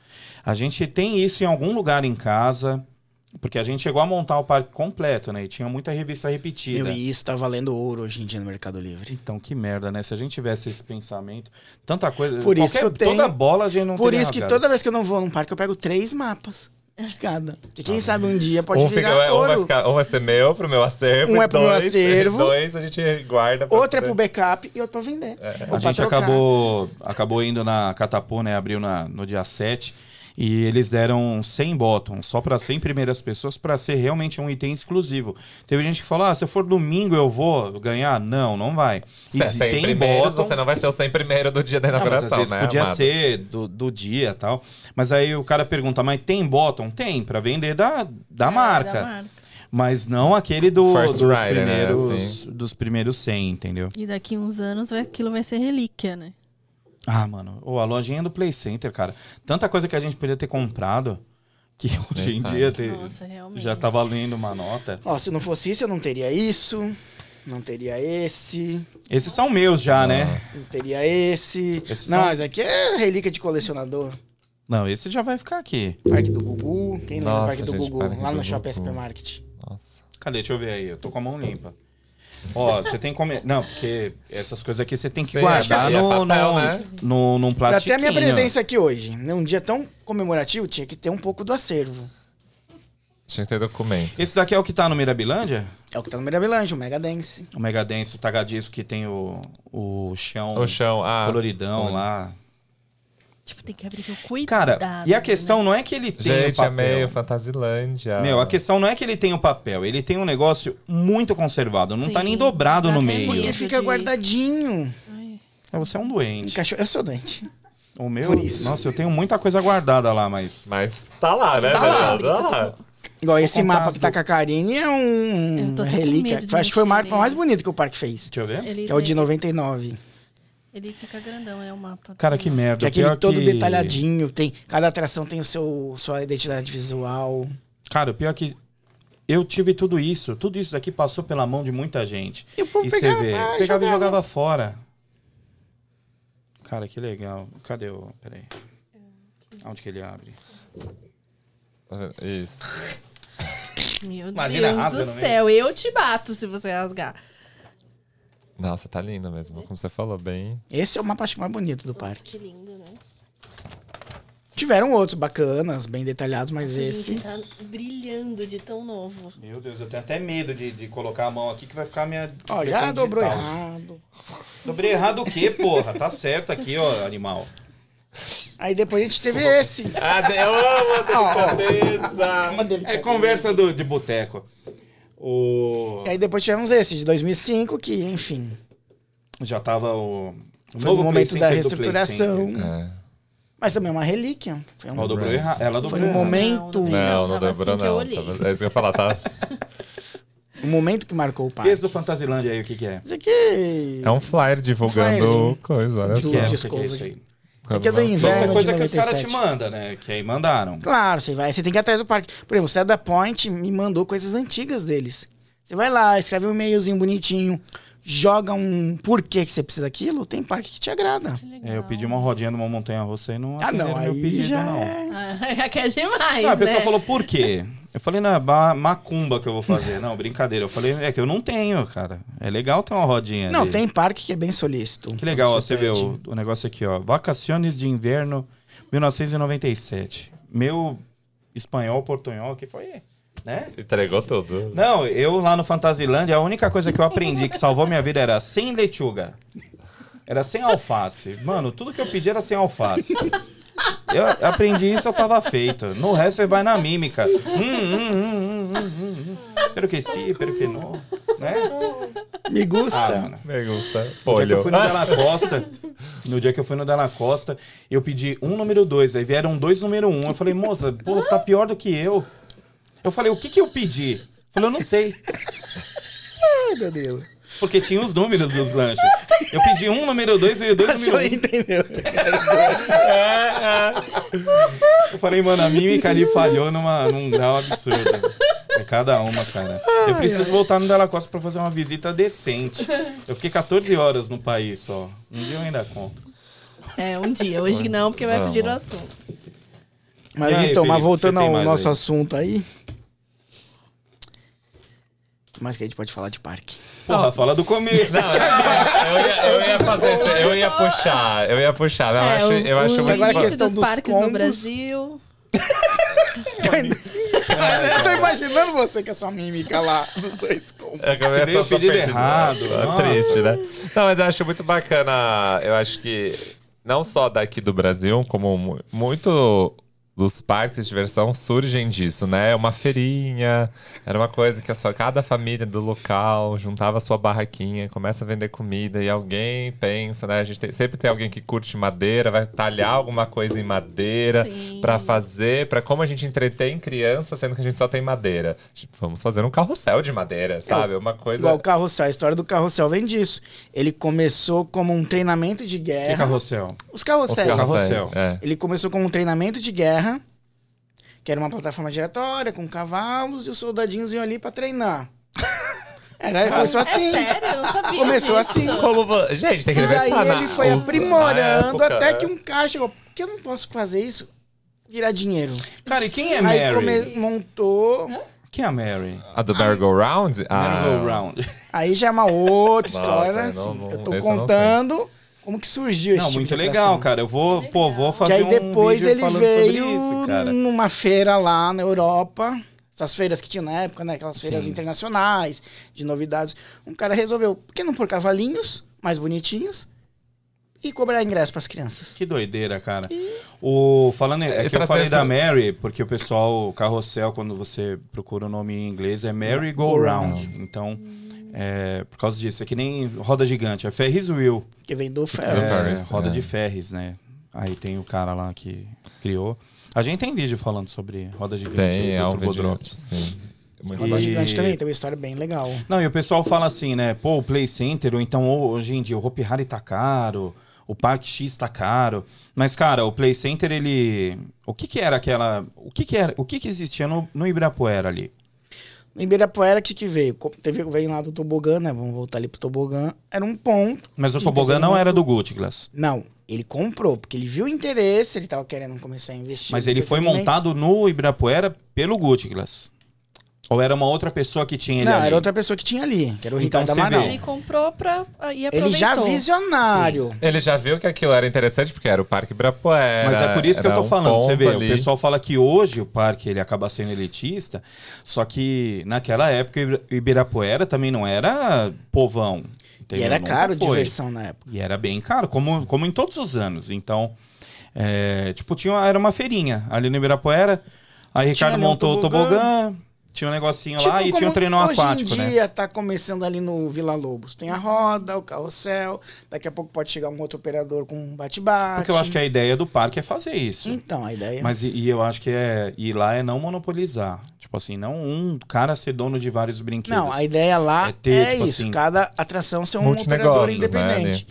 A gente tem isso em algum lugar em casa, porque a gente chegou a montar o parque completo, né? E tinha muita revista repetida. Meu, e isso tá valendo ouro hoje em dia no Mercado Livre. Então, que merda, né? Se a gente tivesse esse pensamento, tanta coisa. Por isso qualquer- que eu tenho- Toda bola a gente não Por teria isso que rasgado. toda vez que eu não vou num parque, eu pego três mapas de cada. Que quem sabe um dia pode Ah, um, virar fica- é, um vai ouro. ficar- um vai ser meu, pro meu acervo. Um e é pro meu dois- acervo. Dois a gente guarda. pra Outro é frente. É, pro backup e outro pra vender. Ou A pra gente trocar. acabou, acabou indo na Catapô, né? Abriu na, no dia 7. E eles deram 100 bottom, só para 100 primeiras pessoas, para ser realmente um item exclusivo. Teve gente que falou: ah, se eu for domingo eu vou ganhar? Não, não vai. Se é 100 primeiros, você não vai ser o 100 primeiro do dia da Ah, mas às inauguração, vezes né? podia amado? ser do, do dia e tal. Mas aí o cara pergunta, mas tem bottom? Tem, pra vender da, da, É, marca. da marca. Mas não aquele do, First dos, rider, né, primeiros, assim. dos primeiros 100, entendeu? E daqui uns anos vai- aquilo vai ser relíquia, né? Ah, mano, ou a lojinha do Play Center, cara. Tanta coisa que a gente podia ter comprado que hoje em cara. dia te- Nossa, realmente. já tá valendo uma nota. Ó, se não fosse isso, eu não teria isso, não teria esse, Esses são meus já, né? não teria esse. Esses não, são- isso aqui é relíquia de colecionador. Não, esse já vai ficar aqui. Parque do Gugu. Quem lembra do Nossa, Parque do gente, Gugu? Parque Lá do no Shopping Gugu. Supermarket. Nossa. Cadê? Deixa eu ver aí. Eu tô com a mão limpa. Ó, você tem que comer. Não, porque essas coisas aqui você tem que Sim, guardar acho que é no, papel, no, né? no, num Até plastiquinho. a minha presença aqui hoje. Num dia tão comemorativo, tinha que ter um pouco do acervo. Tinha que ter documento. Esse daqui é o que tá no Mirabilândia? É o que tá no Mirabilândia, o Mega Dance. O Megadense, o Tagadisco que tem o, o chão O chão, ah. coloridão lá. Tipo, tem que abrir com cuidado. né? Cara, e a questão não é que ele tem o Gente, é papel. meio Fantasilândia. Meu, a questão não é que ele tem o papel, ele tem um negócio muito conservado, não tá Sim, nem dobrado tá no até meio. Porque bonito. fica de- guardadinho. Ai, Ah, Você é um doente. Cachorro, eu sou doente. O meu, Por isso. nossa, eu tenho muita coisa guardada lá, mas Mas tá lá, né? Tá Bernardo? lá. Tá lá. Igual esse contar mapa as que tá do- com a Karine é um Eu tô até com relíquia. medo de Eu acho que foi o mexer mapa nele. Tipo, mais bonito que o parque fez. deixa eu ver. ele, Que é o vem- de 99. ele fica grandão, é o mapa. Cara, que merda. Que é aquele Pior todo que- detalhadinho. Tem, cada atração tem o seu, sua identidade visual. Cara, o pior que eu tive tudo isso, tudo isso daqui passou pela mão de muita gente. E o povo e você pegava, vê, ah, pegava e jogava fora. Cara, que legal. Cadê o, peraí. Onde que ele abre? Isso. Meu Imagina Deus rasga do no meio. céu, eu te bato se você rasgar. Nossa, tá lindo mesmo. Como você falou, bem. Esse é o mapa acho que mais bonito do parque. Que lindo, né? Tiveram outros bacanas, bem detalhados, mas esse. Gente, tá brilhando de tão novo. Meu Deus, eu tenho até medo de, de colocar a mão aqui que vai ficar a minha. Ó, já impressão dobrou digital. errado. Dobrei errado o quê, porra? Tá certo aqui, ó, animal. Aí depois a gente teve esse. Ah, eu amo Ó, cabeça! ó, dele. É conversa do, de boteco. O... E aí depois tivemos esse, de 2005, que, enfim, Já tava o. o foi no Play momento Center do da Play reestruturação. é. Center. Mas também é uma relíquia. Foi um- Ela dobrou errado. Ela dobrou Foi um errado. momento- Não, Não, não, não, não tava assim dobrou, que eu não. olhei. Tava- É isso que eu ia falar, tá? um momento que marcou o parque. Esse do Fantasilândia aí, o que, que é? Isso aqui. É um flyer divulgando flyerzinho. coisa, olha O que é? só. Justo. O que que é isso aí? Quando que é do lançou. Isso é inverno. coisa de que os caras te 97. mandam, né? Que aí mandaram. Claro, você vai. Você tem que ir atrás do parque. Por exemplo, o Cedar Point me mandou coisas antigas deles. Você vai lá, escreve um e-mailzinho bonitinho, joga um porquê que você precisa daquilo, tem parque que te agrada. Que legal. É, eu pedi uma rodinha numa montanha russa e não Ah, não, atenderam meu aí pedido, já não. é. Ah, que é demais, Ah, a pessoa né? falou, por quê? Eu falei, na ba- macumba que eu vou fazer. Não, brincadeira. Eu falei, é que eu não tenho, cara. É legal ter uma rodinha. Não, ali. tem parque que é bem solícito. Que legal, ó, Você você vê pede. o, o negócio aqui, ó. Vacaciones de Inverno 1997. Meu espanhol, portunhol, que foi, né? Entregou tudo. Não, eu lá no Fantasilândia, a única coisa que eu aprendi que salvou minha vida era sem lechuga. Era sem alface. Mano, tudo que eu pedi era sem alface. Eu aprendi isso, eu tava feito. No resto, você vai na mímica. Hum, hum, hum, hum, hum, hum. Pero que sim, pero que não. Né? Me Ah, gusta. mano. Me gusta. No dia que eu Polho. fui no Della Costa, no dia que eu fui no Della Costa, eu pedi um número dois, aí vieram dois número um. Eu falei, moça, pô, você tá pior do que eu. Eu falei, o que que eu pedi? Falei, eu não sei, Ah, Ai, Danilo. porque tinha os números dos lanches. Eu pedi um número dois, veio dois Acho que eu número um. entendeu. Eu falei, mano, a mímica ali falhou numa, num grau absurdo. É cada uma, cara. Eu preciso voltar no Della Costa pra fazer uma visita decente. Eu fiquei 14 horas no país só. Um dia eu ainda conto. É, um dia. Hoje não, porque vai Vamos. fugir do assunto. E Mas aí, então, mas Felipe, voltando você tem ao mais nosso aí? assunto aí. O que mais que a gente pode falar de parque? Porra, fala do começo. Não, eu ia, eu ia fazer, isso, eu ia puxar, eu ia puxar. Não, eu é, acho, o, eu acho o muito Agora bom. que- início questão dos dos parques combos. no Brasil. Ah, eu então. tô imaginando você com a sua mímica lá dos dois combos. É que eu Que ia veio tô- tô pedido perdido. errado. É Nossa. triste, né? Não, mas eu acho muito bacana. Eu acho que não só daqui do Brasil, como mu- muito dos parques de diversão surgem disso, né? Uma feirinha, era uma coisa que a sua- cada família do local juntava sua barraquinha, começa a vender comida e alguém pensa, né? A gente tem- sempre tem alguém que curte madeira, vai talhar alguma coisa em madeira Sim. para fazer, para como a gente entretém criança, sendo que a gente só tem madeira. Tipo, vamos fazer um carrossel de madeira, sabe? Uma coisa Igual o carrossel, a história do carrossel vem disso. Ele começou como um treinamento de Que guerra. carrossel. Os Os carrosséis. carrosséis. carrosséis, é. Ele começou como um treinamento de guerra, que era uma plataforma giratória com cavalos e os soldadinhos iam ali pra treinar. Era, começou assim. É sério, eu não sabia. disso. Começou assim. Como vo- Gente, tem que E daí pensar na- ele foi né? os- na aprimorando época, até né? que um cara chegou, por que eu não posso fazer isso? Virar dinheiro. Cara, e quem é Aí Mary? come- montou. Quem é a Mary? A do merry-go-round? Ah, Merry Go Round. Aí já é uma outra Nossa, história. eu não- assim, não- eu tô esse eu não contando como que surgiu esse Não, tipo muito de legal, atração. cara. Eu vou, pô, vou Que fazer aí um depois vídeo ele falando veio sobre isso, cara. numa feira lá na Europa. Essas feiras que tinha na época, né? Aquelas feiras Sim. internacionais, de novidades. Um cara resolveu, por que não pôr cavalinhos mais bonitinhos? e cobrar ingresso para as crianças. Que doideira, cara. O, falando, em- É, é que eu trazer falei pra- da Mary, porque o pessoal, o carrossel, quando você procura o nome em inglês, é Merry Go Round. Então, é, por causa disso, é que nem roda gigante, é Ferris Wheel. Que vem do ferro. É, É, Ferris, roda é. de Ferris, né? Aí tem o cara lá que criou. A gente tem vídeo falando sobre roda gigante Tem, do é um Turbo vídeo. Drops. Sim. É Muito E- Roda bacana. Gigante também, tem uma história bem legal. Não, e o pessoal fala assim, né? Pô, o Play Center, ou então ho- hoje em dia o Hopi Hari tá caro, o Parque X tá caro. Mas, cara, o Play Center, ele. O que que era aquela. O que que era. O que que existia no, no Ibirapuera ali? No Ibirapuera, o que, que veio? Co- Teve, veio lá do tobogã, né? Vamos voltar ali pro tobogã. Era um ponto. Mas o De tobogã não todo era do Gutglass. Não, ele comprou, porque ele viu o interesse, ele tava querendo começar a investir. Mas no ele foi entretenimento. montado no Ibirapuera pelo Gutglass. Ou era uma outra pessoa que tinha ele Não, ali? era outra pessoa que tinha ali, que era o Então Ricardo você Amaral. vê. Ele comprou pra, ah, e aproveitou. Ele já visionário. Ele já viu que aquilo era interessante, porque era o Parque Ibirapuera. Mas é por isso que eu era tô um falando, você ponto vê, ali. o pessoal fala que hoje o parque ele acaba sendo elitista, só que naquela época o Ibira- Ibirapuera também não era povão. E entendeu? era Nunca caro foi. diversão na época. E era bem caro, como, como em todos os anos. Então, é, tipo, tinha, uma- era uma feirinha ali no Ibirapuera, aí Ricardo ali um montou o tobogã. tobogã, tinha um negocinho lá Tipo e tinha um como treino hoje aquático, em né? dia tá começando ali no Vila Lobos. Tem a roda, o carrossel, daqui a pouco pode chegar um outro operador com um bate-bate. Porque eu acho que a ideia do parque é fazer isso. Então, a ideia... Mas e, e eu acho que é. E lá é não monopolizar. Tipo assim, não um cara ser dono de vários brinquedos. Não, a ideia lá É é, ter, tipo isso. assim, cada atração ser um multinegócios, operador né, independente.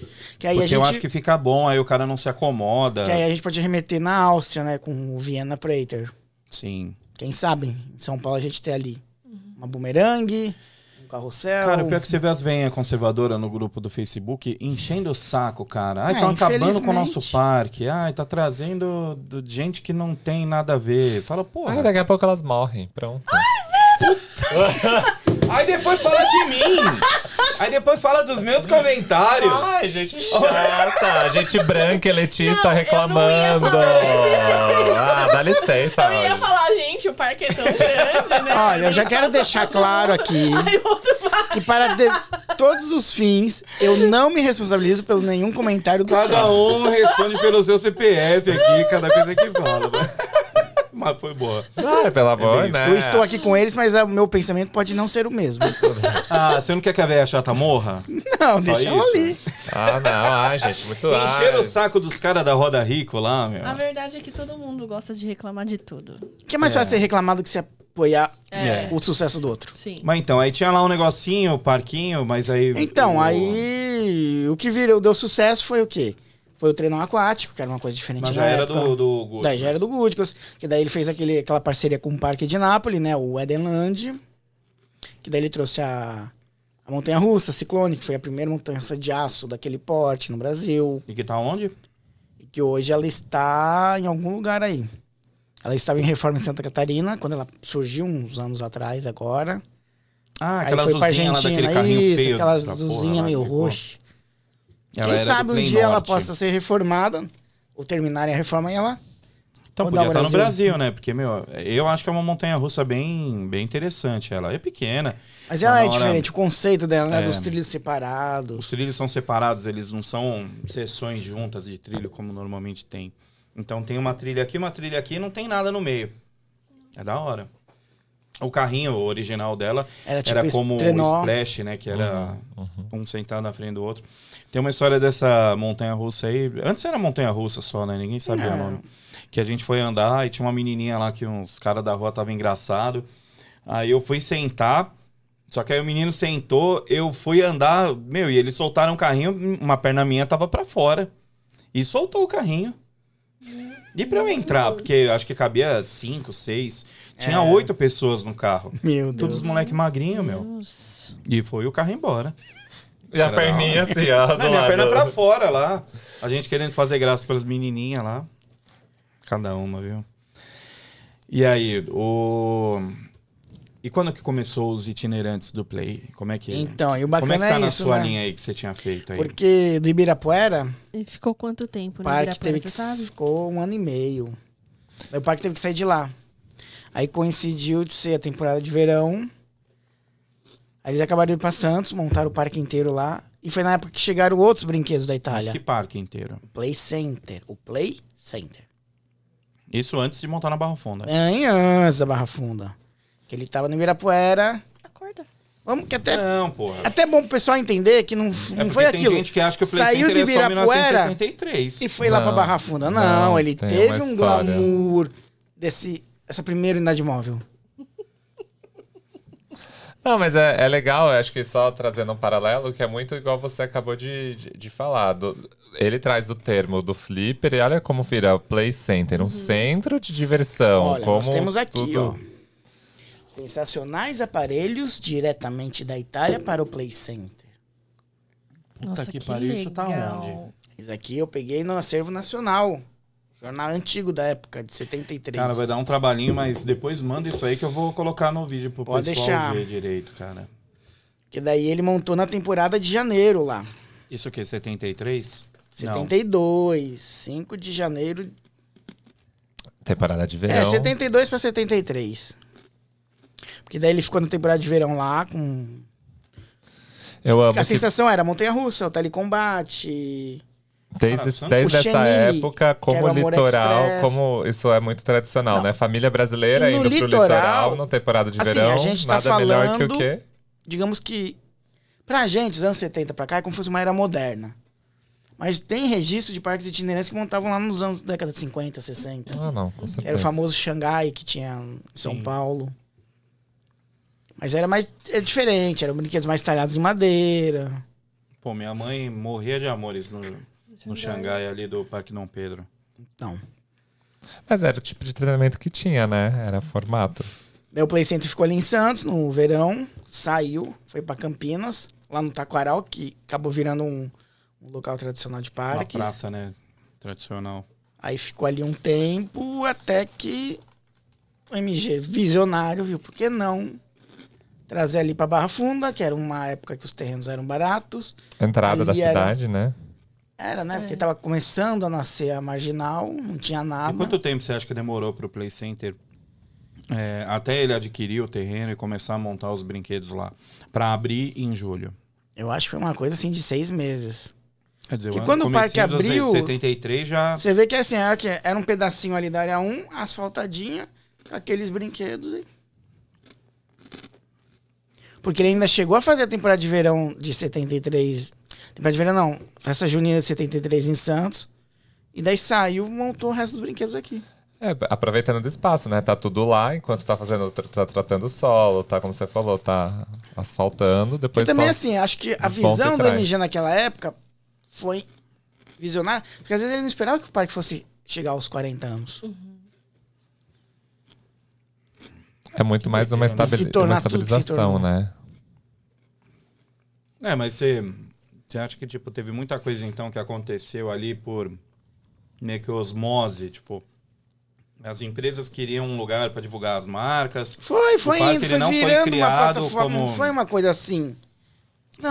Porque que, aí é a gente, eu acho que fica bom, aí o cara não se acomoda. que aí a gente pode remeter na Áustria, né? Com o Vienna Prater. Sim. Quem sabe? Em São Paulo a gente tem ali uma bumerangue, um carrossel. Cara, o pior que você vê as venhas conservadoras no grupo do Facebook enchendo o saco, cara. Ai, É, estão acabando com o nosso infelizmente. parque. Ai, tá trazendo do- gente que não tem nada a ver. Fala, Ah, porra. daqui a pouco elas morrem, pronto. Aí depois fala de mim. Aí depois fala dos meus comentários. Ai, gente chata. gente branca, elitista Não, eu não ia reclamando. Ah, dá licença. Eu ia falar, gente, o parque é tão grande, né? Olha, eu já Só- quero deixar claro aqui Ai, outro que para de- todos os fins, eu não me responsabilizo pelo nenhum comentário dos Cada fãs. um responde pelo seu CPF aqui, cada coisa que fala. né? Mas foi boa. Ah, pelo amor, isso. né? Eu estou aqui com eles, mas ah, o meu pensamento pode não ser o mesmo. Ah, você não quer que a velha chata morra? Não, Só deixa eu isso? ali. Ah, não. Ai, gente, muito Encheram o ai. saco dos caras da Roda Rico lá, meu. Ah, A verdade é que todo mundo gosta de reclamar de tudo. O que é mais fácil ser reclamado que se apoiar É. o sucesso do outro? Sim. Mas então, aí tinha lá um negocinho, o parquinho, mas aí. Então, o- aí o que virou, deu sucesso foi o quê? Foi o treino aquático, que era uma coisa diferente Mas na já era época. do, do Gucci, Daí já era mas- do Gutkus, que daí ele fez aquele, aquela parceria com o Parque de Nápoles, né? O Edenland, que daí ele trouxe a, a Montanha Russa, a Ciclone, que foi a primeira montanha russa de aço daquele porte no Brasil, E que tá onde? e que hoje ela está em algum lugar aí. Ela estava em reforma em Santa Catarina, quando ela surgiu uns anos atrás agora. Ah, Aí aquela foi pra Zuzinha lá daquele carrinho Argentina, isso, feio. aquela da porra Zuzinha lá meio que ficou. roxa. Ela Quem era do sabe um Play dia ela Norte. possa ser reformada, ou terminarem a reforma e ela... Então mandar podia ao estar no Brasil. Brasil, né? Porque, meu, eu acho que é uma montanha russa bem, bem interessante. Ela é pequena, Mas ela Tá na é hora- diferente, o conceito dela, né? É. Dos trilhos separados. Os trilhos são separados, eles não são seções juntas de trilho como normalmente tem. Então tem uma trilha aqui, uma trilha aqui, e não tem nada no meio. É da hora. O carrinho original dela Era tipo era como o trenó. splash, né? Que era um sentado na frente do outro. Tem uma história dessa montanha-russa aí. Antes era montanha-russa só, né? Ninguém sabia o É. nome. Que a gente foi andar e tinha uma menininha lá que uns caras da rua tava engraçado. Aí eu fui sentar, só que aí o menino sentou, eu fui andar, meu, e eles soltaram o carrinho, uma perna minha tava pra fora. E soltou o carrinho. E pra eu entrar, porque eu acho que cabia cinco, seis, É. tinha oito pessoas no carro. Meu Todos Deus. os moleque magrinho, meu. Deus. E foi o carro embora. E a perninha assim, ó. do Não, minha lado. perna pra fora lá. A gente querendo fazer graça pelas menininhas lá. Cada uma, viu? E aí, o... E quando que começou os itinerantes do Play? Como é que... Então, e o Como é que bacana tá é, na isso, sua né? linha aí que você tinha feito aí? Porque do Ibirapuera, E ficou quanto tempo no o parque Ibirapuera, teve que você sabe? ficou um ano e meio. Aí o parque teve que sair de lá. Aí coincidiu de ser a temporada de verão. Aí eles acabaram de ir pra Santos, montaram o parque inteiro lá. E foi na época que chegaram outros brinquedos da Mas Itália. que parque inteiro. Play Center. O Play Center. Isso antes de montar na Barra Funda. É, Em Anza, Barra Funda. Que ele tava no Ibirapuera. Acorda. Vamos que até... Não, porra. Até bom pro pessoal entender que não, É É. não porque foi tem aquilo. gente que acha que o Play Saiu Center de é só Ibirapuera 1973. E foi lá pra Não, Barra Funda. Não, não, ele tem teve uma um história. glamour desse, essa primeira unidade móvel. Não, mas é, é legal, eu acho que só trazendo um paralelo, que é muito igual você acabou de, de, de falar. do- ele traz o termo do flipper e olha como vira play center, um centro de diversão. Olha, Então, como nós temos aqui, tudo- ó. Sensacionais aparelhos diretamente da Itália para o Play Center. Nossa, que que, pariu, isso tá legal. onde? Isso aqui eu peguei no acervo nacional. Jornal antigo da época, de 73. Cara, vai dar um trabalhinho, mas depois manda isso aí que eu vou colocar no vídeo pro Pode pessoal deixar. ver direito, cara. Que daí ele montou na temporada de janeiro lá. Isso o quê? 73? Não. 72, 5 de janeiro. Temporada de verão. É, 72 pra 73. Porque daí ele ficou na temporada de verão lá com Eu amo A que sensação era Montanha Russa, o Telecombate. desde, Coração. desde O essa Xenini, época, era como o Amor litoral, Express. como isso é muito tradicional, Não. né? Família brasileira E no indo pro litoral, litoral na temporada de assim, verão. a gente tá nada melhor que falando- o quê? Digamos que, pra gente, os anos 70 pra cá, é como se fosse uma era moderna. Mas tem registro de parques itinerantes que montavam lá nos anos década de 50, 60. Ah, não, com Que certeza. Era o famoso Xangai que tinha em São Sim. Paulo. Mas era mais. É diferente, eram brinquedos mais talhados em madeira. Pô, minha mãe morria de amores no, no Xangai ali do Parque Dom Pedro. Não. Mas era o tipo de treinamento que tinha, né? Era formato. Daí o Play Center ficou ali em Santos no verão, saiu, foi pra Campinas, lá no Taquaral, que acabou virando um, um local tradicional de Uma parques. praça, né? Tradicional. Aí ficou ali um tempo até que o MG visionário viu por que não trazer ali pra Barra Funda, que era uma época que os terrenos eram baratos. Entrada Ali da era- cidade, né? Era, né? Porque É. tava começando a nascer a marginal, Ah, não tinha nada. E quanto tempo você acha que demorou pro Play Center é, até ele adquirir o terreno e começar a montar os brinquedos lá? Pra abrir em julho. Eu acho que foi uma coisa assim de seis meses. Quer dizer, Que ano- quando o parque comecinho dos abriu- 73 já. Você vê que assim, era, que era um pedacinho ali da área 1, asfaltadinha, com aqueles brinquedos. E... Porque ele ainda chegou a fazer a temporada de verão de 73. Temporada de verão não, festa junina de 73 em Santos. E daí saiu, montou o resto dos brinquedos aqui. É, aproveitando do espaço, né? Tá tudo lá, enquanto tá fazendo, tá, tá tratando o solo, tá, como você falou, tá asfaltando, E depois só... também assim, acho que a desmonta e visão do traz. MG naquela época foi visionária. Porque às vezes ele não esperava que o parque fosse chegar aos 40 anos. é muito mais uma, Se estabili- assim. tornar uma tudo que se estabilização, tornou. né? É, mas você. Você acha que, tipo, teve muita coisa então que aconteceu ali por meio que osmose, tipo. As empresas queriam um lugar pra divulgar as marcas. Foi, foi parque, indo, ele foi não foi virando uma criado plataforma. como- Não foi uma coisa assim. Não,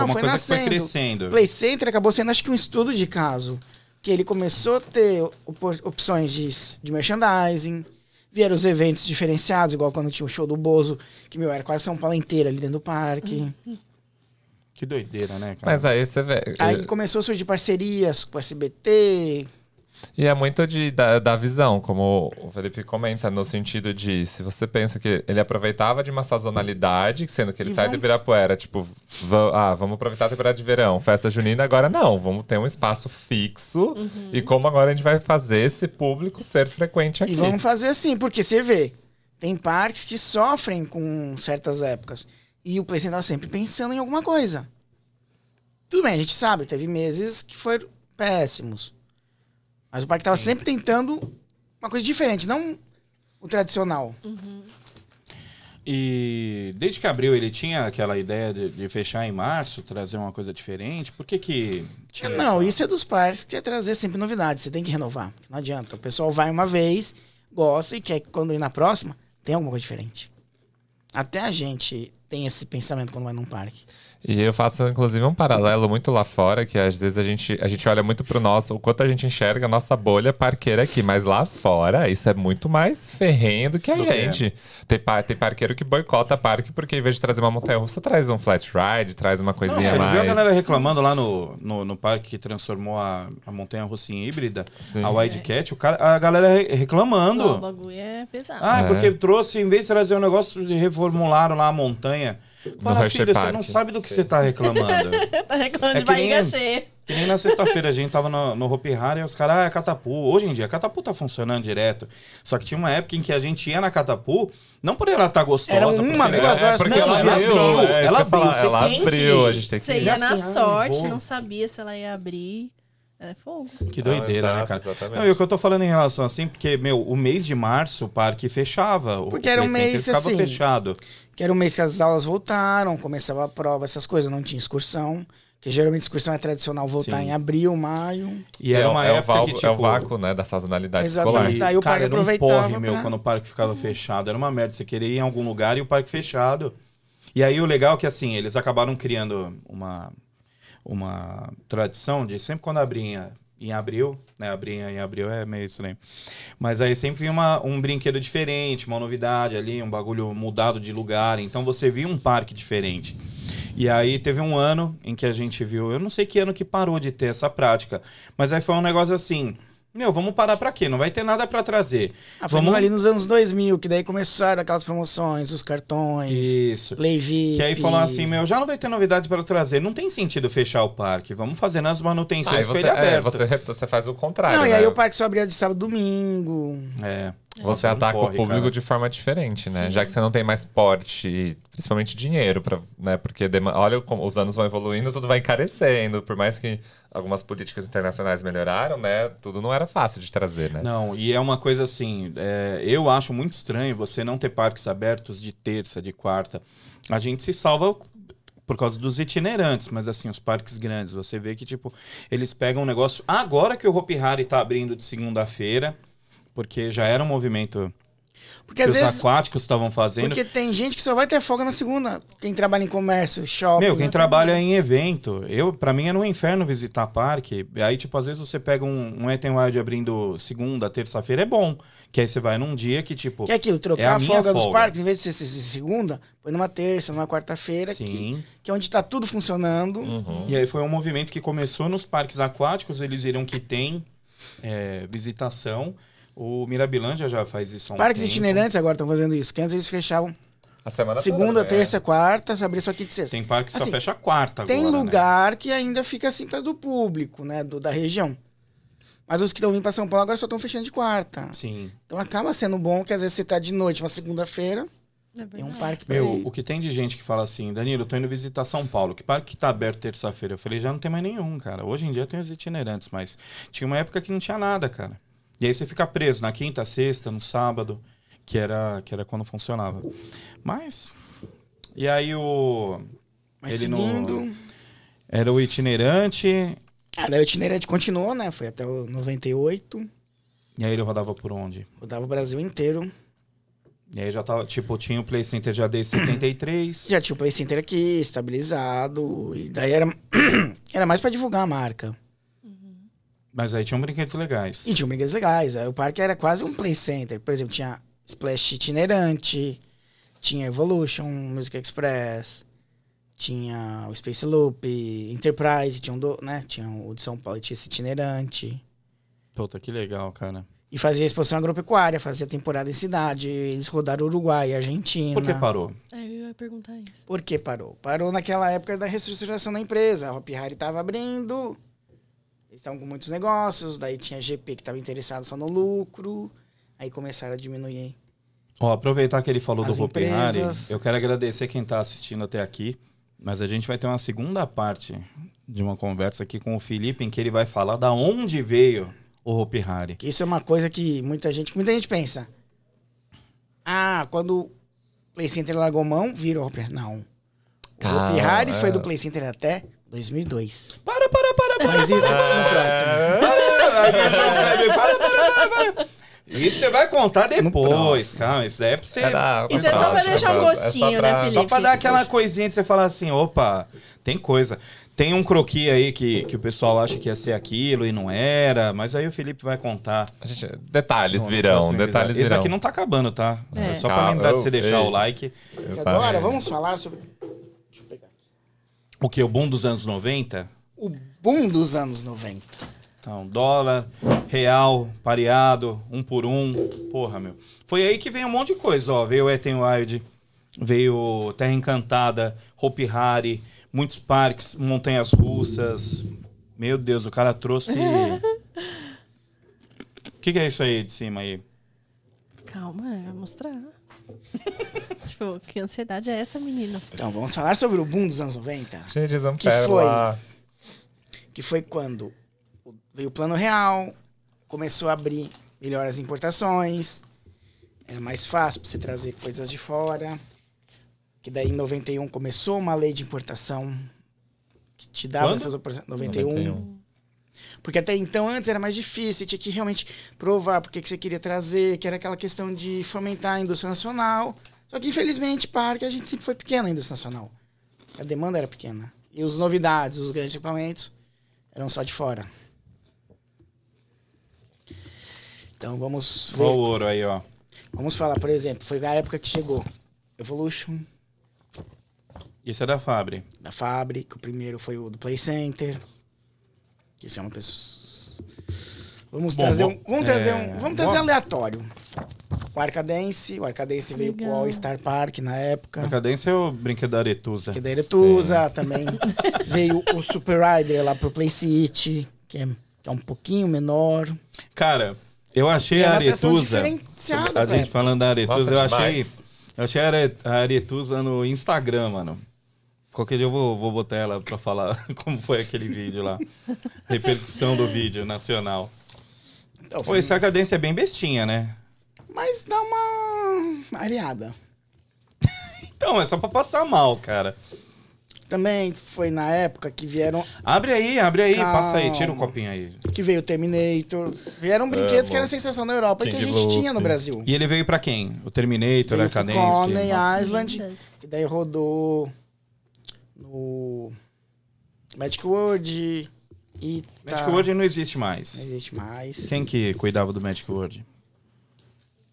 foi uma foi coisa nascendo. que foi crescendo. O Play Center acabou sendo, acho que, um estudo de caso. Que ele começou a ter opor- opções de, de merchandising, vieram os eventos diferenciados, igual quando tinha o show do Bozo, que, meu, era quase São Paulo inteira ali dentro do Hum. parque. Que doideira, né, cara? Mas é. aí você vê... eh, É. Aí começou a surgir parcerias com o SBT. E é muito de, da, da visão, como o Felipe comenta, no sentido de se você pensa que ele aproveitava de uma sazonalidade, sendo que ele E sai do vamos- Ibirapuera, tipo, va- ah, vamos aproveitar a temporada de verão, festa junina, agora não, vamos ter um espaço fixo. E como agora a gente vai fazer esse público ser frequente aqui? E vamos fazer assim, porque você vê, tem parques que sofrem com certas épocas. E o Play Center tava sempre pensando em alguma coisa. Tudo bem, a gente sabe, teve meses que foram péssimos. Mas o parque tava sempre tentando uma coisa diferente, não o tradicional. E desde que abriu ele tinha aquela ideia de, de fechar em março, trazer uma coisa diferente. Por que que tinha não, essa- isso é dos parques que é trazer sempre novidades. Você tem que renovar. Não adianta. O pessoal vai uma vez, gosta e quer que quando ir na próxima, tem alguma coisa diferente. Até a gente tem esse pensamento quando vai num parque. E eu faço, inclusive, um paralelo muito lá fora, que às vezes a gente, a gente olha muito pro nosso, o quanto a gente enxerga a nossa bolha parqueira aqui, mas lá fora isso é muito mais ferrenho do que a Do que é. gente. Tem, par, tem parqueiro que boicota parque, porque em vez de trazer uma montanha russa, traz um flat ride, traz uma Não, coisinha você não mais. viu a galera reclamando lá no, no, no parque que transformou a, a montanha russa em híbrida, Sim. a Wildcat, o cara, a galera re- Não, o reclamando. bagulho é pesado. Ah, É. porque trouxe, em vez de trazer um negócio, reformularam lá a montanha. Fala, Hershey filha, você Park. não sabe do que Sim. você tá reclamando. tá reclamando É de que nem- barriga cheia. Que nem na sexta-feira a gente tava no, no Hopi Hari e os caras, ah, é Catapu. Hoje em dia, a Catapu tá funcionando direto. Só que tinha uma época em que a gente ia na Catapu, não por ela estar gostosa, Era por ser uma, legal. duas horas, É, porque não, ela né? ela abriu, abriu, é, isso ela que eu ia abriu, falar, ela você tem que- abriu, a gente tem que... Você ia assim, na ah, sorte, vou. não sabia se ela ia abrir. É fogo. Que doideira, Exato, né, cara? exatamente. Não, e o que eu tô falando em relação assim, porque, meu, o mês de março o parque fechava. o Porque era um Play Center mês, ficava assim, fechado. Que era um mês que as aulas voltaram, começava a prova, essas coisas, não tinha excursão. Porque geralmente excursão é tradicional voltar Sim. em abril, maio. E era é, uma é época o val- que, tipo... é o vácuo, né, da sazonalidade escolar. Exatamente. E, Aí Tá, o cara, parque era um aproveitava porre, meu, pra- quando o parque ficava fechado. Era uma merda. Você queria ir em algum lugar e o parque fechado. E aí o legal é que, assim, eles acabaram criando uma, uma tradição de sempre quando abria em abril, né? Abria em abril é meio estranho. Mas aí sempre vinha uma- um brinquedo diferente, uma novidade ali, um bagulho mudado de lugar. Então você via um parque diferente. E aí teve um ano em que a gente viu, eu não sei que ano que parou de ter essa prática, mas aí foi um negócio assim, meu, vamos parar pra quê? Não vai ter nada pra trazer. Ah, foi vamos ali nos anos 2000, que daí começaram aquelas promoções, os cartões, isso. Levi. Que aí falaram assim, meu, já não vai ter novidade pra trazer, não tem sentido fechar o parque, vamos fazer nas Ah, e manutenções com você, ele é, aberto. você, re- você faz o contrário, Não, e né? aí o parque só abria de sábado e domingo. É. Você Nossa, não ataca corre, o público cara. de forma diferente, né? Sim. Já que você não tem mais porte, e principalmente dinheiro, pra, né? Porque dema- olha como os anos vão evoluindo, tudo vai encarecendo. Por mais que algumas políticas internacionais melhoraram, né? Tudo não era fácil de trazer, né? Não, e é uma coisa assim, é, eu acho muito estranho você não ter parques abertos de terça, de quarta. A gente se salva por causa dos itinerantes, mas assim, os parques grandes, você vê que, tipo, eles pegam um negócio. Agora que o Hopi Hari tá abrindo de segunda-feira, porque já era um movimento Porque às que os vezes. aquáticos estavam fazendo. Porque tem gente que só vai ter folga na segunda. Quem trabalha em comércio, shopping. Meu, quem trabalha em evento, eu para mim era um inferno visitar parque. Aí, tipo, às vezes você pega um, um Ethan Wild abrindo segunda, terça-feira, é bom. Que aí você vai num dia que, tipo. Que é aquilo, trocar É a a, minha folga, dos folga. parques, em vez de ser se- se- segunda, põe numa terça, numa quarta-feira, que, Sim. que é onde tá tudo funcionando. Uhum. E aí foi um movimento que começou nos parques aquáticos, eles viram que tem é, visitação. O Mirabilândia já faz isso há um Parques tempo. itinerantes agora estão fazendo isso, que antes eles fechavam A semana segunda, toda, né? terça, quarta, só abria só aqui de sexta. Tem parque que só Assim, fecha quarta é. agora, Tem né? lugar que ainda fica assim por causa do público, né? Do, da região. Mas os que estão vindo pra São Paulo agora só estão fechando de quarta. Sim. Então acaba sendo bom que às vezes você tá de noite, uma segunda-feira, É tem um verdade. parque pra Meu, ir. o que tem de gente que fala assim, Danilo, eu tô indo visitar São Paulo, que parque que tá aberto terça-feira? Eu falei, já não tem mais nenhum, cara. Hoje em dia tem os itinerantes, mas tinha uma época que não tinha nada, cara. E aí você fica preso na quinta, sexta, no sábado, que era, que era quando funcionava. Mas. E aí o. Mas ele não- seguindo. Era o itinerante. Ah, daí o itinerante continuou, né? Foi até o 98. E aí ele rodava por onde? Rodava o Brasil inteiro. E aí já tava, tipo, tinha o Play Center já desde 73. Já tinha o Play Center aqui, estabilizado. E daí era, era mais pra divulgar a marca. mas aí tinham brinquedos legais. E tinha brinquedos legais. Aí o parque era quase um play center. Por exemplo, tinha Splash itinerante, tinha Evolution, Music Express, tinha o Space Loop, Enterprise, tinha, um do, né? tinha o de São Paulo, tinha esse itinerante. Puta, que legal, cara. E fazia exposição agropecuária, fazia temporada em cidade. Eles rodaram Uruguai, Argentina. Por que parou? É, eu ia perguntar isso. Por que parou? Parou naquela época da reestruturação da empresa. A Hopi Hari estava abrindo, eles estavam com muitos negócios, daí tinha a GP que estava interessado só no lucro, aí começaram a diminuir. Ó, aproveitar que ele falou As do Hopi Hari, empresas. eu quero agradecer quem tá assistindo até aqui. Mas a gente vai ter uma segunda parte de uma conversa aqui com o Felipe, em que ele vai falar da onde veio o Hopi Hari. Que isso é uma coisa que muita gente, muita gente pensa. Ah, quando o Play Center largou mão, virou Hopi Hari. Não. Calma, o Hopi Hari é. foi do Play Center até 2002. Para, para, para, para! Mas isso é no próximo. para, para, para, para. Isso você vai contar depois, próximo. calma. Isso daí é pra você. Era- Isso é só pra Nossa, deixar um é só gostinho, pra- né, Felipe? Só pra dar aquela coisinha de você falar assim, opa, tem coisa. Tem um croqui aí que, que o pessoal acha que ia ser aquilo e não era, mas aí o Felipe vai contar. A gente- detalhes no- no virão, próximo detalhes episódio. Esse virão. aqui não tá acabando, tá? É. É. Só pra Calma, lembrar de você eu- deixar ei. o like. E Eu agora sabia. vamos falar sobre. Deixa eu pegar aqui. O que? O boom dos anos 90? O boom dos anos 90. Então, dólar, real, pareado, um por um. Porra, meu. Foi aí que veio um monte de coisa, ó. Veio Ethan Wild, veio Terra Encantada, Hopi Hari, muitos parques, montanhas russas. Meu Deus, o cara trouxe. O que, que é isso aí de cima aí? Calma, eu vou mostrar. tipo, que ansiedade é essa, menino? Então, vamos falar sobre o boom dos anos 90. Gente, eles não Que querem foi? lá. que foi quando o- veio o Plano Real, começou a abrir melhor as importações, era mais fácil para você trazer coisas de fora. Que daí em 91 começou uma lei de importação que te dava Quando? essas oportunidades. 91, Porque até então antes era mais difícil, você tinha que realmente provar porque que você queria trazer, que era aquela questão de fomentar a indústria nacional. Só que infelizmente, para que a gente sempre foi pequena a indústria nacional. A demanda era pequena. E as novidades, os grandes equipamentos eram só de fora. Então vamos ver. Olha o ouro aí, ó. Vamos falar, por exemplo, foi a época que chegou Evolution, Isso é da Fabri. da fábrica, o primeiro foi o do Play Center. Que isso é uma pessoa. Vamos Bom, trazer vamos- um. Vamos trazer é, um. Vamos trazer bom. aleatório. O Arcadense. O Arcadense veio pro Legal. All Star Park na A época. cadência é o brinquedo da Aretusa. Que da Eretusa também. veio o Super Rider lá pro Play City, que é, que é um pouquinho menor. Cara, eu achei E a era É uma atração Aretusa. diferenciada, A velho. gente falando da Aretusa, Nossa, eu achei. demais. Eu achei a Are- a Aretusa no Instagram, mano. Qualquer dia eu vou, vou botar ela pra falar como foi aquele vídeo lá. Repercussão do vídeo nacional. Então, Pô, foi, essa cadência é bem bestinha, né? mas dá uma areada. Então, é só pra passar mal, cara. Também foi na época que vieram. Abre aí, abre aí, Calma. passa aí, tira o copinho aí. Que veio o Terminator. Vieram brinquedos que era a sensação na Europa e que a King gente Loop. tinha no Brasil. E ele veio pra quem? O Terminator, Veio a pro cadência. Conan. Tem a Island. Lindas. E daí rodou no Magic World e Magic World não existe mais. não existe mais. Quem que cuidava do Magic World?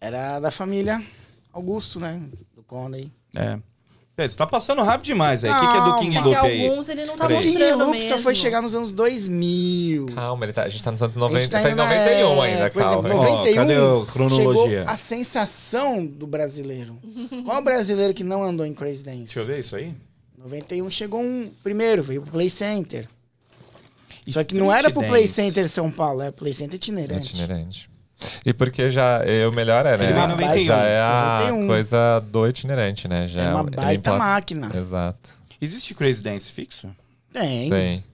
Era da família Augusto, né? Do Conley. É. Pé, Você tá passando rápido demais aí. O que, que é do Não, King É que Loop aí? alguns ele não tá Peraí. King mostrando Luke mesmo. só foi chegar nos anos 2000. Calma, ele tá- a gente tá nos anos A gente 90, tá, em indo na- É, 91 ainda, por exemplo, calma. Ó, 91, cadê a cronologia? Chegou a sensação do brasileiro. Qual brasileiro que não andou em Crazy Dance? Deixa eu ver isso aí. 91 chegou um primeiro, veio pro Play Center. Só que não era pro Street Play Dance. Center São Paulo, era Play Center É itinerante. itinerante. E porque já é o melhor é, né? Ele veio em a- 91. Já é a 91. coisa do itinerante, né? Já É uma ele baita implanta- máquina. Exato. Existe Crazy Dance fixo? Tem. Tem.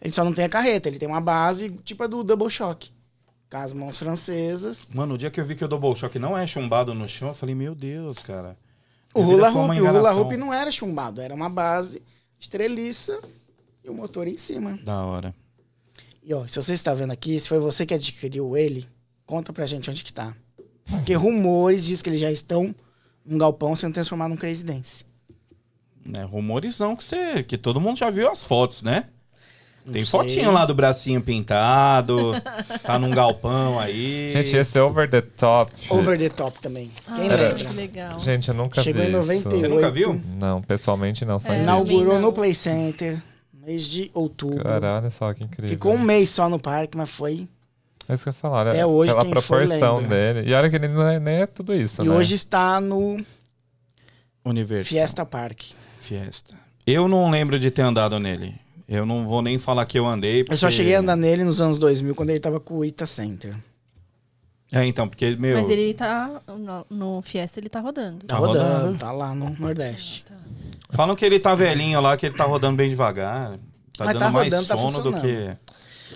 Ele só não tem a carreta, ele tem uma base tipo a do Double Shock. Com as mãos francesas. Mano, o dia que eu vi que o Double Shock não é chumbado no chão, eu falei, meu Deus, cara. O Minha vida Hula foi uma Hoop, o Hula enganação. Hoop não era chumbado, era uma base de treliça e o motor em cima. Da hora. E ó, se você está vendo aqui, se foi você que adquiriu ele, conta pra gente onde que tá. Porque rumores diz que eles já estão num galpão sendo transformado num Crazy Dance. Né, rumores não que você. Que todo mundo já viu as fotos, né? Não Tem sei. fotinho lá do bracinho pintado, tá num galpão aí. Gente, esse over the top. Over the top também. Quem Ah, lembra? Que legal. Gente, eu nunca Chegou vi em 91. Você isso. nunca viu? Não, pessoalmente não, só É, em vídeo. Inaugurou Também não. no Play Center, mês de outubro. Cara, olha só que incrível. Ficou um mês só no parque, mas foi É isso que eu ia falar, olha, Até hoje pela quem for proporção lembra. dele. E olha que ele não é, nem é tudo isso, E né? hoje está no Universo. Fiesta Park. Fiesta. Eu não lembro de ter andado nele. Eu não vou nem falar que eu andei. Eu só porque- cheguei a andar nele nos anos 2000, quando ele tava com o Ita Center. É, então, porque, meu. Mas ele tá. No, no Fiesta ele tá rodando. Tá Tá rodando, rodando. tá lá no Nordeste. Falam que ele tá velhinho lá, que ele tá rodando bem devagar. Tá Mas dando tá mais rodando, tá sono do funcionando. que.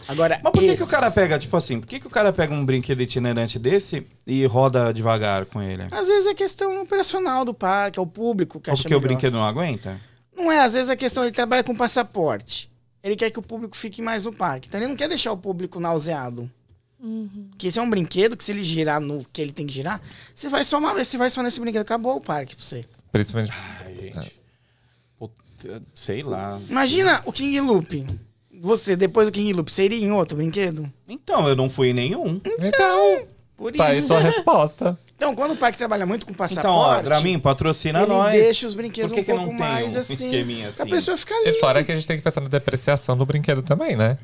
Agora, Mas por que, que esse- o cara pega, tipo assim, por que, que o cara pega um brinquedo itinerante desse e roda devagar com ele? Às vezes é questão operacional do parque, é o público que Ou acha porque o melhor. brinquedo não aguenta? Não é, às vezes é questão, ele trabalha com passaporte. Ele quer que o público fique mais no parque. Então ele não quer deixar o público nauseado. Porque esse é um brinquedo que se ele girar no que ele tem que girar, você vai só uma vez, você vai só nesse brinquedo, acabou o parque pra você. Principalmente. Ai, gente. Puta, sei lá. Imagina o King Loop. Você, depois do King Loop, seria em outro brinquedo? Então, eu não fui em nenhum. Então, Por tá aí isso. sua é- resposta. Então, quando o parque trabalha muito com passaporte, é Então, ó, Dramin, patrocina ele é nós. deixa os brinquedos Por que um que pouco não tem mais um assim. esqueminha pra assim? pessoa ficar E ali. fora que a gente tem que pensar na depreciação do brinquedo também, né?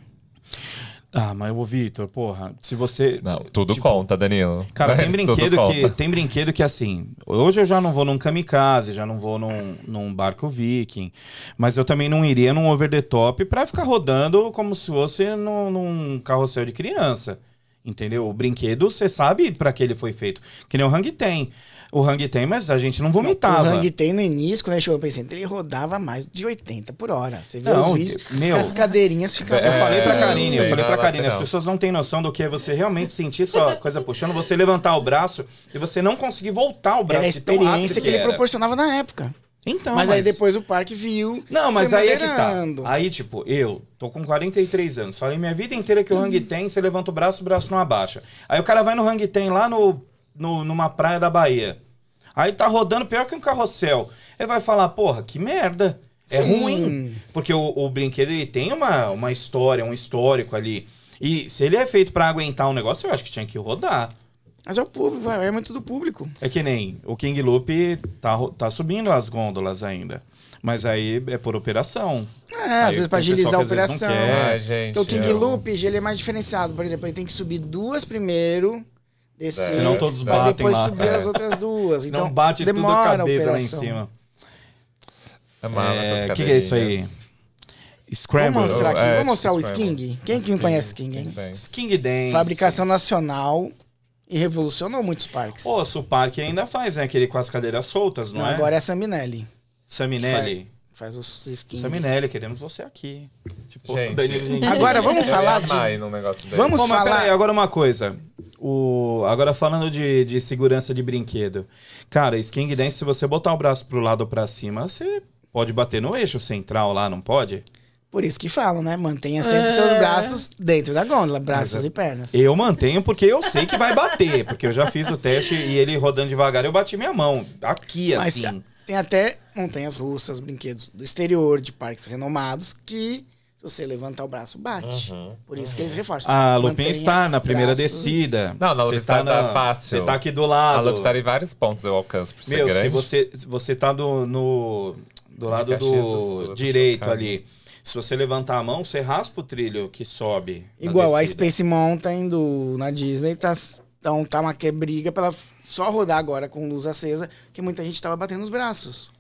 Ah, mas ô Vitor, porra, se você. Não, tudo Tipo, conta, Danilo. Cara, tem Mas tudo brinquedo, que, conta. tem brinquedo que assim. Hoje eu já não vou num kamikaze, já não vou num, num barco viking. Mas eu também não iria num over the top pra ficar rodando como se fosse num, num carrossel de criança. Entendeu? O brinquedo, você sabe pra que ele foi feito. Que nem o Hang Ten. O Hang Ten, mas a gente não O vomitava. Hang Ten no início, quando ele chegou no Play Center, ele rodava mais de 80 por hora. Você vê Não, os vídeos, meu. que as cadeirinhas ficavam Eu É, falei pra Karine, eu bem, falei na pra Karine, as lateral. pessoas não têm noção do que é você realmente sentir sua coisa puxando, você levantar o braço e você não conseguir voltar o braço. Era a de um tão rápido experiência que, ele era. proporcionava na época. Então, mas, aí depois o parque viu. Não, mas foi aí é que tá. maneirando. Aí, tipo, eu tô com 43 anos, falei minha vida inteira que o Uhum. hang ten, você levanta o braço, o braço não abaixa. Aí o cara vai no hang ten lá no, no- numa praia da Bahia. Aí tá rodando pior que um carrossel. Aí vai falar, porra, que merda. É Sim. ruim. Porque o, o brinquedo ele tem uma, uma história, um histórico ali. E se ele é feito pra aguentar um negócio, eu acho que tinha que rodar. Mas é o público, vai, é muito do público. É que nem o King Loop tá, ro- tá subindo as gôndolas ainda. Mas aí é por operação. É, Aí às vezes o pra pessoal agilizar a que às vezes não operação. quer. um- Porque Ai, É, gente. o King eu- Loop, ele é mais diferenciado. Por exemplo, ele tem que subir duas primeiro, descer. Senão É. todos pra batem depois lá. subir É. as outras duas. Senão Então bate tudo a demora cabeça lá em operação. cima. Amava É, essas o que que é isso aí? cadeirinhas. Scramble. Vamos mostrar aqui, É, vamos tipo mostrar o Scramble. Sking. Quem que não conhece Sking, hein? Sking Dance. Fabricação nacional e revolucionou muitos parques. Pô, o Parque ainda faz, né? Aquele com as cadeiras soltas, não, Não, é? Agora é a Saminelli. Saminelli. Faz os skins. Saminelli, queremos você aqui. Tipo, Gente. Danilo Gentili. Agora Eu vamos ia falar de. amar ir num negócio desse. Vamos Pô, mas falar- peraí, agora uma coisa. O... Agora falando de, de segurança de brinquedo. Cara, Sking Dance, se você botar o braço pro lado ou pra cima, você pode bater no eixo central lá, não pode? Por isso que falam, né? Mantenha sempre seus braços dentro da gôndola, braços é e pernas. Eu mantenho porque eu sei que vai bater. Porque eu já fiz o teste e ele rodando devagar, eu bati minha mão. Aqui, Mas assim. a- tem até montanhas russas, brinquedos do exterior, de parques renomados, que se você levantar o braço, bate. Por isso que eles reforçam. Uhum. A Lupin Mantenha está na primeira braços- descida. Não, na Você Lupinista tá na- fácil. Você tá aqui do A lado. Lopstar em vários pontos eu alcanço por ser Meu, grande. se você, se você tá do, no, do lado Caxias do Sul, eu do tô direito chocado. ali. Se você levantar a mão, você raspa o trilho que sobe. na Igual a descida. Space Mountain do, na Disney, tá, então tá uma que briga pra ela só rodar agora com luz acesa, que muita gente tava batendo os braços.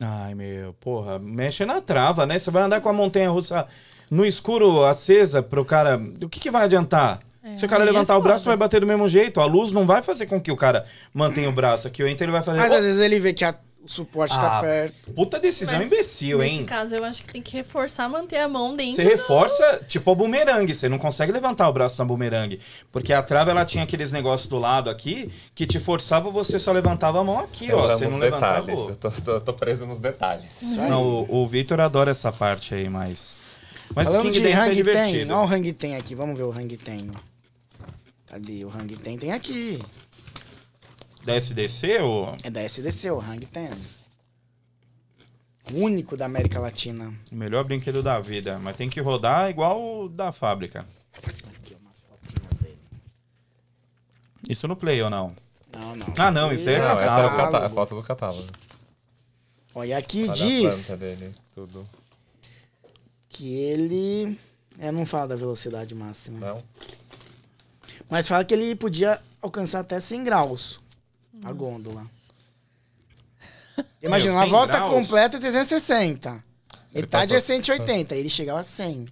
Ai, meu, porra, mexe na trava, né? Você vai andar com a montanha russa no escuro, acesa, pro cara. O que, que vai adiantar? É, Se o cara aí é levantar o braço, foda. vai bater do mesmo jeito. A luz não vai fazer com que o cara mantenha o braço aqui. Ou então ele vai fazer. Mas "Ô, às vezes ele vê que a- o suporte Ah, tá perto. puta decisão é Mas um imbecil, nesse hein? caso, eu acho que tem que reforçar, manter a mão Você dentro. reforça, tipo, o bumerangue. Você não consegue levantar o braço na bumerangue. Porque a trava, ela tinha aqueles negócios do lado aqui que te forçava, você só levantava a mão aqui, eu ó. amo Você os não levantava. detalhes. Eu tô, tô- tô preso nos detalhes. Isso aí. Não, o, o Victor adora essa parte aí, mas. Mas o Falando King de Dance é Hang Ten, divertido. olha o Hang Ten aqui, vamos ver o Hang Ten. Cadê o Hang Ten? Tem aqui. Da SDC, ou... É da SDC, o Hang Ten. O único da América Latina. o melhor brinquedo da vida. Mas tem que rodar igual o da fábrica. Aqui, ó, umas fotinhas dele. Isso no Play ou não? Não, não. Ah, não, isso aí é Não, essa é o catálogo. catálogo. catá- a foto do catálogo. Olha, aqui Olha a diz planta dele, tudo. que ele... É, não fala da velocidade máxima. Não? Mas fala que ele podia alcançar até 100 graus a gôndola. Imagina, Meu, uma 100 volta graus? completa é 360. Ele Metade é passou- 180, ele chegava a 100.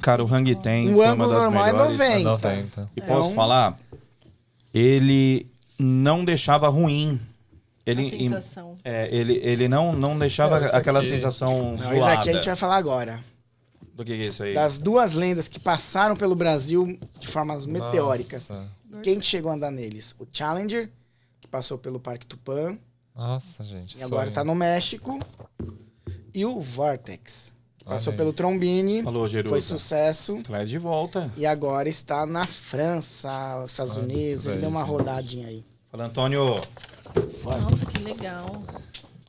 Cara, o Hang Ten O foi uma ângulo das normal é melhores. né? 90. É 90. E É posso um- falar? Ele não deixava ruim. Ele, Ele, a sensação. é, ele, ele não, não deixava É, isso aquela aqui- sensação Não, isso zoada. aqui a gente vai falar agora. Do que, que é isso aí? Das duas lendas que passaram pelo Brasil de formas meteóricas. Nossa. Quem que chegou a andar neles? O Challenger, que passou pelo Parque Tupã Nossa, gente. e agora sonho. tá no México. E o Vortex, que Passou Olha pelo isso. Trombini, Falou, Gerusa. foi sucesso Traz de volta. e agora está na França, os Estados Olha Unidos. isso Ele daí, deu uma gente. rodadinha aí. Fala, Antônio. Nossa, que legal.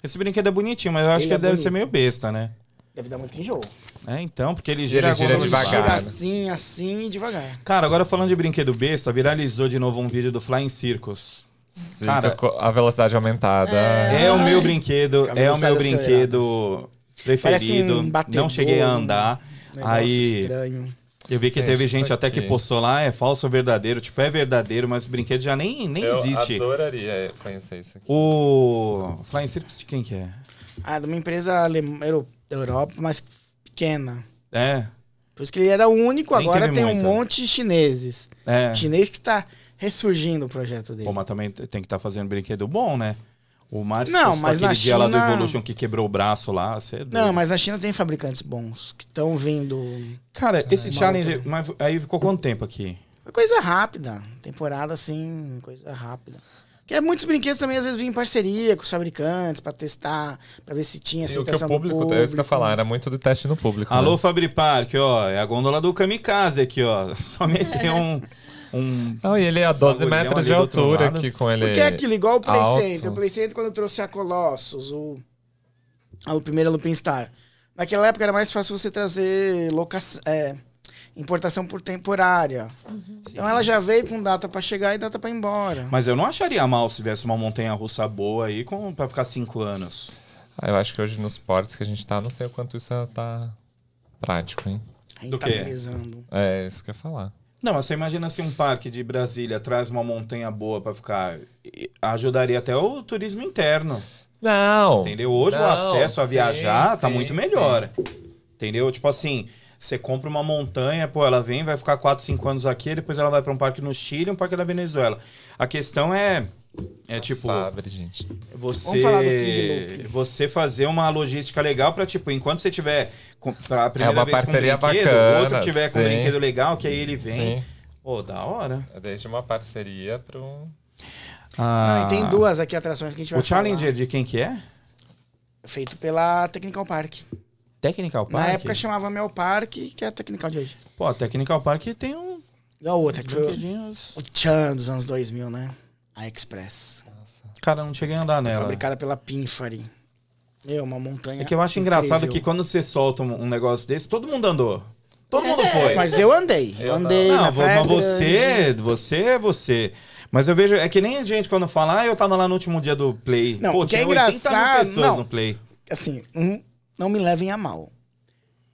Esse brinquedo é bonitinho, mas eu acho Ele que é ele deve bonito. ser meio besta, né? Deve dar muito enjoo. É, então, porque ele gira, Ele gira quando- devagar. Chega né? assim, assim e devagar. Cara, agora falando de brinquedo besta, viralizou de novo um vídeo do Flying Circus. Sim, Cara- co- a velocidade aumentada. É o meu brinquedo, Fica é o meu velocidade brinquedo preferido. Parece um batedor, Não cheguei a um andar. Negócio Aí estranho. eu vi que Gente, teve É, isso gente até que aqui. postou lá, é falso ou verdadeiro. Tipo, é verdadeiro, mas o brinquedo já nem, nem Eu existe. adoraria conhecer isso aqui. O Flying Circus de quem que é? Ah, de uma empresa alemã, Euro- Europa, mas pequena. É, Por isso que ele era o único, Nem agora teve tem um muito. monte de chineses. é. Chinês que está ressurgindo o projeto dele. Pô, mas também tem que estar fazendo brinquedo bom, né? O Márcio Não, postou mas aquele na dia lá do China- Evolution que quebrou o braço lá. Você é doido. Não, mas na China tem fabricantes bons que estão vindo. Cara, esse Ah, é maluco, né? challenge. Mas aí ficou quanto tempo aqui? Foi coisa rápida. Temporada assim, coisa rápida. Porque muitos brinquedos também às vezes vinham em parceria com os fabricantes para testar, para ver se tinha E o que o aceitação público, do é público. isso que eu ia falar, era muito do teste no público. Alô, né? Fabri Park, ó. É a gôndola do Kamikaze aqui, ó. Só É. meteu um. um... Não, e ele é a 12 Bagulhão metros ali de do outro altura lado. aqui com ele. Porque é aquilo, igual o Play alto. Center. O Play Center, quando eu trouxe a Colossus, o, a primeira Lupin Star. Naquela época era mais fácil você trazer loca... é, importação por temporária. Então ela já veio com data pra chegar e data pra ir embora. Mas eu não acharia mal se viesse uma montanha russa boa aí com... pra ficar cinco anos. Ah, eu acho que hoje nos portos que a gente tá, não sei o quanto isso tá prático, hein? do quê? Rentabilizando. É isso que eu ia falar. Não, mas você imagina se um parque de Brasília traz uma montanha boa pra ficar. e- Ajudaria até o turismo interno. Não! Entendeu? Hoje o Não, acesso a sim, viajar tá sim, muito sim. melhor. Entendeu? Tipo assim, você compra uma montanha, pô, ela vem, vai ficar 4, 5 anos aqui, depois ela vai pra um parque no Chile, um parque na Venezuela. A questão é é tipo Fabre, gente. Vamos falar do King você Loop. você fazer uma logística legal pra, tipo, enquanto você tiver com, pra primeira É uma vez com um parceria brinquedo, bacana, o outro tiver com um sim. brinquedo legal, que aí ele vem. Sim. é Pô, da hora. Desde uma parceria para um. Ah, e tem duas aqui atrações que a gente vai O Challenger de quem que é? falar. Feito pela Technical Park. Technical Park. Na época chamava Mel Park, que é a Technical de hoje. Pô, a Technical Park tem um E a outra, que foi o brinquedinhos. o Chan dos anos 2000, né? A Express. Cara, eu não cheguei a Tá andar nela. Fabricada pela Pinfari. Meu, uma montanha. É que eu acho engraçado incrível. que quando você solta um, um negócio desse, todo mundo andou. Todo mundo foi. É. Mas eu andei. Eu Eu não. andei. não, na vo- Praia mas Grande. você, você é você. Mas eu vejo, é que nem a gente quando fala, ah, eu tava lá no último dia do play. Não, Pô, o que é tinha 80 mil engraçado- pessoas não. no play. Assim, hum, não me levem a mal.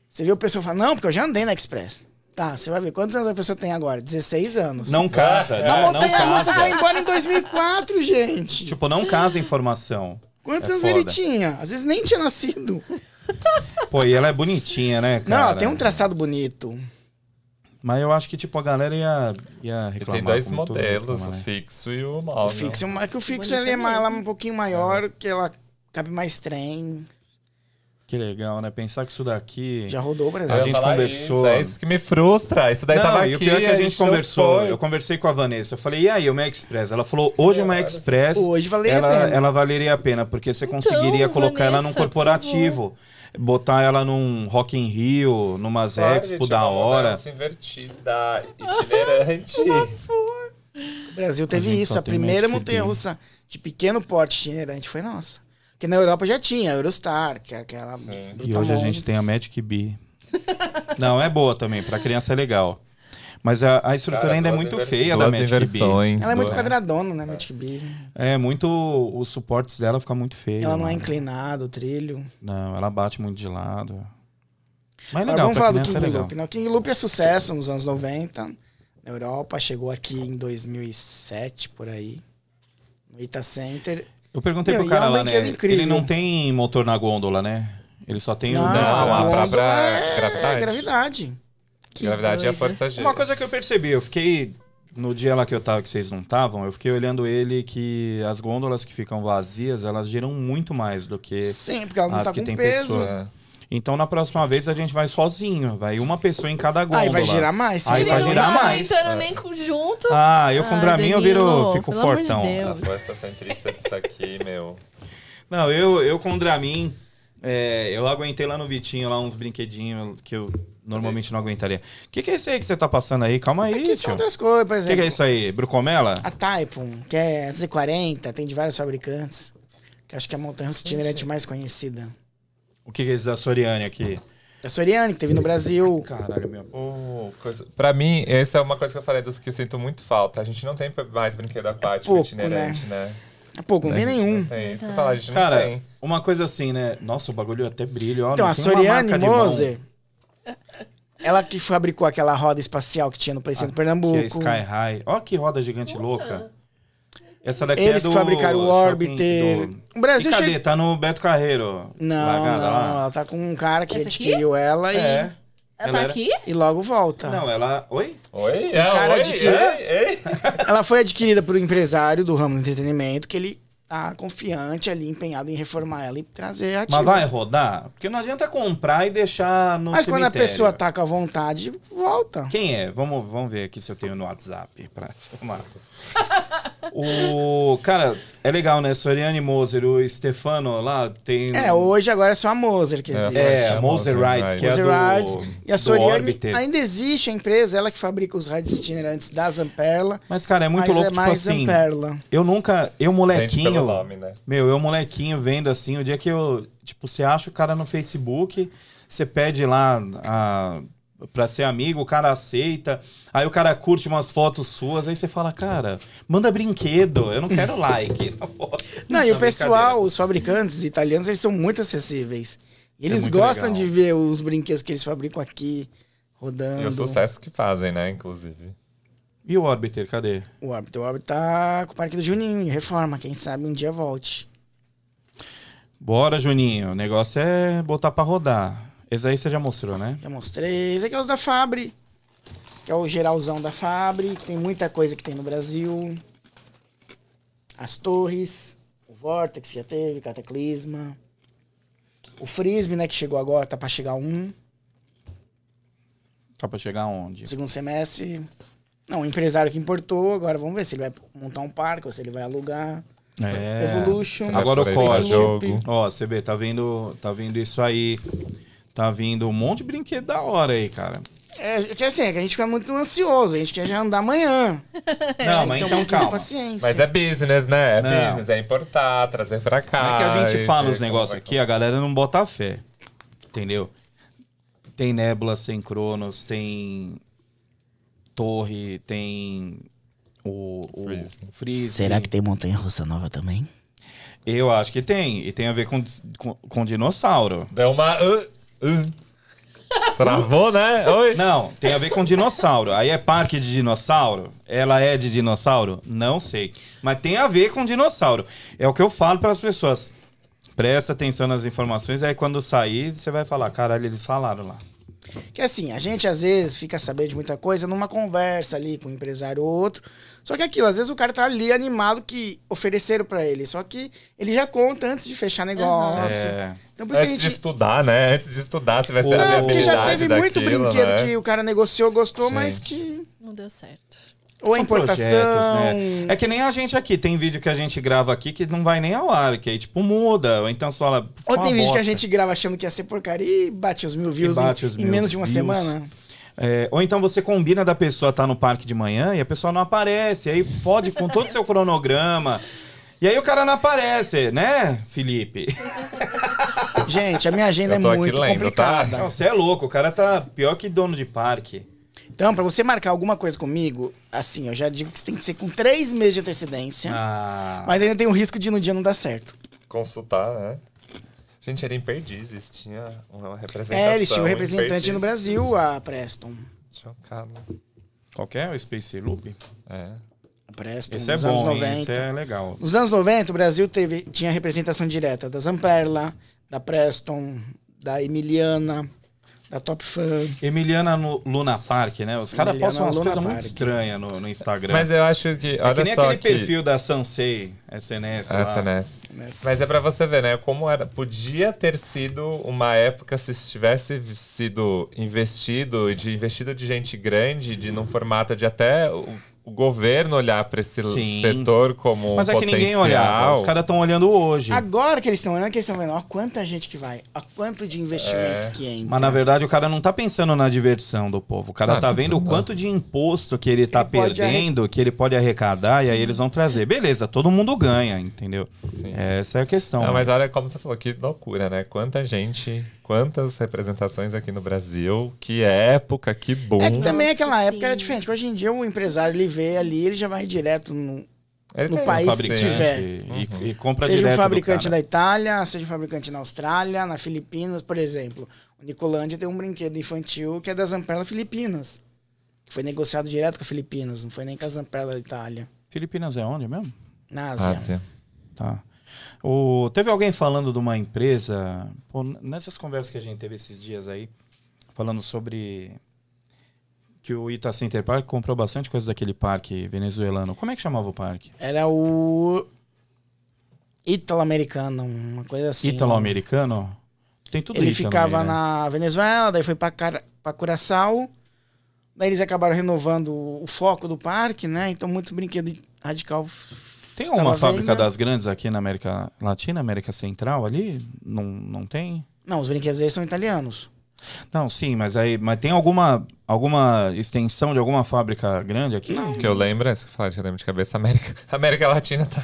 Você viu o pessoal falar, não, porque eu já andei na Express. Tá, você vai ver quantos anos a pessoa tem agora? 16 anos. Não casa, né? A não, não montanha russa foi casa. embora em 2004, gente. Tipo, não casa a informação. Quantos é anos foda. ele tinha? Às vezes nem tinha nascido. Pô, e ela é bonitinha, né, cara? Não, ela tem um traçado bonito. Mas eu acho que, tipo, a galera ia, ia E reclamar. tem dois como todo mundo modelos, assim. reclama, o né? fixo e o móvel. o fixo, mas que o fixo Bonita ele é ma- ela é mesmo. um pouquinho maior, que ela cabe mais trem. Que legal, né? Pensar que isso daqui... Já rodou o Brasil. A Eu ia gente falar conversou- Isso, é isso que me frustra. Isso daí não, tava e aqui. o pior é que a gente, não conversou. foi. Eu conversei com a Vanessa. Eu falei, e aí, uma Express? Ela falou, hoje uma Express. Hoje valeria a ela, pena. ela valeria a pena, porque você Então, conseguiria colocar ela num Vanessa, por corporativo. Botar ela num Rock in Rio, numas Claro, Expo gente, da tipo, uma hora. mudança invertida, itinerante. O Brasil teve A gente isso. só A tem mais primeira que montanha russa de pequeno porte itinerante foi nossa. Porque na Europa já tinha, a Eurostar, que é aquela. Sim. E hoje a gente tem a Magic Bee. Não, é boa também, pra criança é legal. Mas a, a estrutura Cara, ainda é duas muito inver- feia da duas Magic Bee. inversões, Ela é muito duas- quadradona, né, Magic Bee? É, muito. Os suportes dela ficam muito feios. Ela não é mano. inclinada, o trilho. Não, ela bate muito de lado. Mas é Agora, legal, vamos falar pra do criança é King legal. Loop. Né? O King Loop é sucesso nos anos 90. Na Europa, chegou aqui em 2007, por aí. No Ita Center. Eu perguntei Meu, pro e é cara um lá, né? brinquedo incrível. Ele não tem motor na gôndola, né? Ele só tem o Não, da Não, a Nossa, espaço. própria é- gravidade. É gravidade. Que Gravidade é a doido. força G. Uma coisa que eu percebi, eu fiquei. No dia lá que eu tava, que vocês não estavam, eu fiquei olhando ele que as gôndolas que ficam vazias, elas giram muito mais do que. Sim, porque ela não As tá que com tem peso. pessoa. É. Então na próxima vez a gente vai sozinho, vai uma pessoa em cada gôndola. Aí vai girar mais. sim. Aí Ele vai não girar tá mais. É. entrando nem com- junto. Ah, eu com Ah, Dramin eu viro, Danilo, fico pelo amor de fortão. Deus. A força centrípeta disso aqui, meu. não, eu, eu com Dramin É, eu aguentei lá no Vitinho, lá uns brinquedinhos que eu normalmente não aguentaria. O que, que é isso aí que você tá passando aí? Calma aí, Aqui são tio. O outras coisas, por que, exemplo. que é isso aí? Brucomela? A Taipun, que é Z40, tem de vários fabricantes. Que acho que é a montanha russa itinerante mais conhecida. O que, que é isso da Soriane aqui? Da Soriane, que teve no Brasil. Caralho, meu. Oh, coisa... Pra mim, essa é uma coisa que eu falei dos que eu sinto muito falta. A gente não tem mais brinquedo aquático pouco, itinerante, né? É pouco, não tem A gente nenhum. Não tem isso. Falar, a gente não Cara, tem. uma coisa assim, né? Nossa, o bagulho até brilha. Ó, Então, não a tem uma Soriane marca de mão. Moser, ela que fabricou aquela roda espacial que tinha no Playcenter Que é Pernambuco. Sky High. Ó que roda gigante louca. Essa daqui é Eles do... que fabricaram o sabe quem- Orbiter. do- O E Brasil cadê? chegou. Tá no Beto Carreiro. Não, Largada não, lá. ela tá com um cara que Essa aqui? adquiriu ela e, É. Ela, Ela tá era- aqui? e logo volta. Não, é- ela... Oi? Oi? É, cara oi? de que- Ei, ei. Ela foi adquirida por um empresário do ramo do entretenimento que ele tá confiante ali, empenhado em reformar ela e trazer ativa. Mas vai rodar? Porque não adianta comprar e deixar no Mas quando a cemitério. pessoa tá com a vontade, volta. Quem é? Vamos, vamos ver aqui se eu tenho no WhatsApp pra chamar. o... Cara, é legal, né? Soriane Moser, o Stefano lá tem... É, hoje agora é só a Moser que existe. É, Nossa, Moser Moser Rides, Rides. que é Moser a Rides. do... E a do Soriane Orbiter. ainda existe a empresa, ela que fabrica os rádios itinerantes da Zamperla. Mas, cara, é muito mas louco, é tipo mais assim... Zamperla. Eu nunca... Eu, Gente pelo molequinho... nome, né? Meu, eu, molequinho, vendo assim, o dia que eu. Tipo, você acha o cara no Facebook, você pede lá a, pra ser amigo, o cara aceita, aí o cara curte umas fotos suas, aí você fala, cara, manda brinquedo, eu não quero like na foto. Não, e o brincadeira. pessoal, os fabricantes italianos, eles são muito acessíveis. E É eles muito gostam legal. de ver os brinquedos que eles fabricam aqui rodando. E o sucesso que fazem, né? Inclusive. E o Orbiter, cadê? O Orbit, o Orbit tá com o Parque do Juninho, em reforma, quem sabe um dia volte. Bora, Juninho, o negócio é botar pra rodar. Esse aí você já mostrou, né? Já mostrei. Esse aqui é os da Fabri, que é o geralzão da Fabri, que tem muita coisa que tem no Brasil. As torres, o Vortex já teve, Cataclisma. O Frisbee, né, que chegou agora, tá pra chegar um, Tá pra chegar onde? no segundo semestre. Não, o empresário que importou, agora vamos ver se ele vai montar um parque ou se ele vai alugar. É. Evolution. Agora o Vai por aí pra código. jogo. Ó, CB, tá vendo, tá vendo isso aí. Tá vindo um monte de brinquedo da hora aí, cara. É, que assim, é que a gente fica muito ansioso, a gente quer já andar amanhã. Não, mas Tem um então pouquinho de calma. paciência. Mas é business, né? É Não. business, é importar, trazer pra cá. Não é que a gente e fala ver os como negócios então vai aqui, a galera não bota fé. Entendeu? Tem Nebula, tem Cronos, tem Torre, tem o, o Frisbee. Frisbee. tem montanha russa nova também? Eu acho que tem. E tem a ver com, dis- com, com dinossauro. Deu uma. Uh, uh. Travou, né? Oi? Não, tem a ver com dinossauro. Aí é parque de dinossauro? Ela é de dinossauro? Não sei. Mas tem a ver com dinossauro. É o que eu falo para as pessoas. Presta atenção nas informações, aí quando sair, você vai falar, caralho, eles falaram lá. Que assim, a gente às vezes fica sabendo de muita coisa numa conversa ali com um empresário ou outro. Só que aquilo, às vezes o cara tá ali animado que ofereceram pra ele. Só que ele já conta antes de fechar negócio. É. Então por isso que a Antes de gente. estudar, né? Antes de estudar, você vai saber Não, a É, porque habilidade já teve muito daquilo, brinquedo né? que o cara negociou, gostou, Sim. mas que. Não deu certo. Ou a São importação. projetos, É que nem a gente aqui, tem vídeo que a gente grava aqui que não vai nem ao ar, que aí tipo muda, ou então você fala. "Ficou Ou tem uma vídeo que a bosta". gente grava achando que ia ser porcaria e bate os mil views bate em, os em mil menos de uma views. semana. É, ou então você combina da pessoa estar no parque de manhã e a pessoa não aparece, aí fode com todo o seu cronograma. E aí o cara não aparece, né, Felipe? Gente, a minha agenda é Eu tô aqui muito lendo, tá? complicada. Não, você é louco, o cara tá pior que dono de parque. Então, pra você marcar alguma coisa comigo, assim, eu já digo que você tem que ser com três meses de antecedência. Ah. Mas ainda tem o risco de no dia não dar certo. Consultar, né? Gente, era em Perdizes, tinha uma representação. É, eles tinham um em representante Perdizes. um no Brasil, a Preston. Chocado. Qual que é? O Space Loop? É. A Preston, Esse é nos anos bom, hein? 90. Esse é legal. Nos anos 90, o Brasil teve, tinha representação direta da Zamperla, da Preston, da Emiliana, da Top Fan. Emiliana no Luna Park, né? Os caras Emiliana postam umas Luna coisas muito Park. estranhas no, no Instagram. Mas eu acho que. Olha é que nem só aquele que- perfil da Sansei SNS. lá. SNS. né? Mas é pra você ver, né? Como era. Podia ter sido uma época se tivesse sido investido, de investido de gente grande, de num formato de até o, o governo olhar para esse l- Sim. setor como Mas um é que ninguém potencial. olhava. Os caras estão olhando hoje. Agora que eles estão olhando, que eles estão vendo, ó, quanta gente que vai, ó, quanto de investimento que entra. É. Mas na verdade o cara não tá pensando na diversão do povo. O cara Ah, tá tá vendo o pensando. quanto de imposto que ele tá ele pode arre- perdendo, que ele pode arrecadar, e aí eles vão trazer. Beleza, todo mundo ganha, entendeu? Sim. Essa é a questão. Não, mas olha como você falou, que loucura, né? Quanta gente, quantas representações aqui no Brasil, que época, que boom. É que também Nossa, aquela época era sim. diferente. que Hoje em dia o empresário ele vê ali, ele já vai direto no. Ele no tem um país que fabricante. tiver. E, Uhum. e compra seja direto um do fabricante cara. da Itália, seja um fabricante na Austrália, na Filipinas, por exemplo. O Nicolândia tem um brinquedo infantil que é da Zamperla Filipinas. Que foi negociado direto com a Filipinas, não foi nem com a Zamperla da Itália. Filipinas é onde mesmo? Na Ah, Ásia. Ásia. Tá. O, teve alguém falando de uma empresa, pô, n- nessas conversas que a gente teve esses dias aí, falando sobre que o Ita Center Park comprou bastante coisa daquele parque venezuelano. Como é que chamava o parque? Era o. Ítalo-americano, uma coisa assim. Ítalo-americano? Tem tudo Ele ítalo ficava aí, né? na Venezuela, daí foi pra, Cara- pra Curaçao. Daí eles acabaram renovando o foco do parque, né? Então, muito brinquedo radical. Tem Tava uma fábrica vendo. né? das grandes aqui na América Latina, América Central ali? Não, não tem? Não, os brinquedos deles são italianos. Não, sim, mas aí. Mas tem alguma, alguma extensão de alguma fábrica grande aqui? Não. O que eu lembro, é isso que eu falei, que eu lembro de cabeça, América, América Latina tá,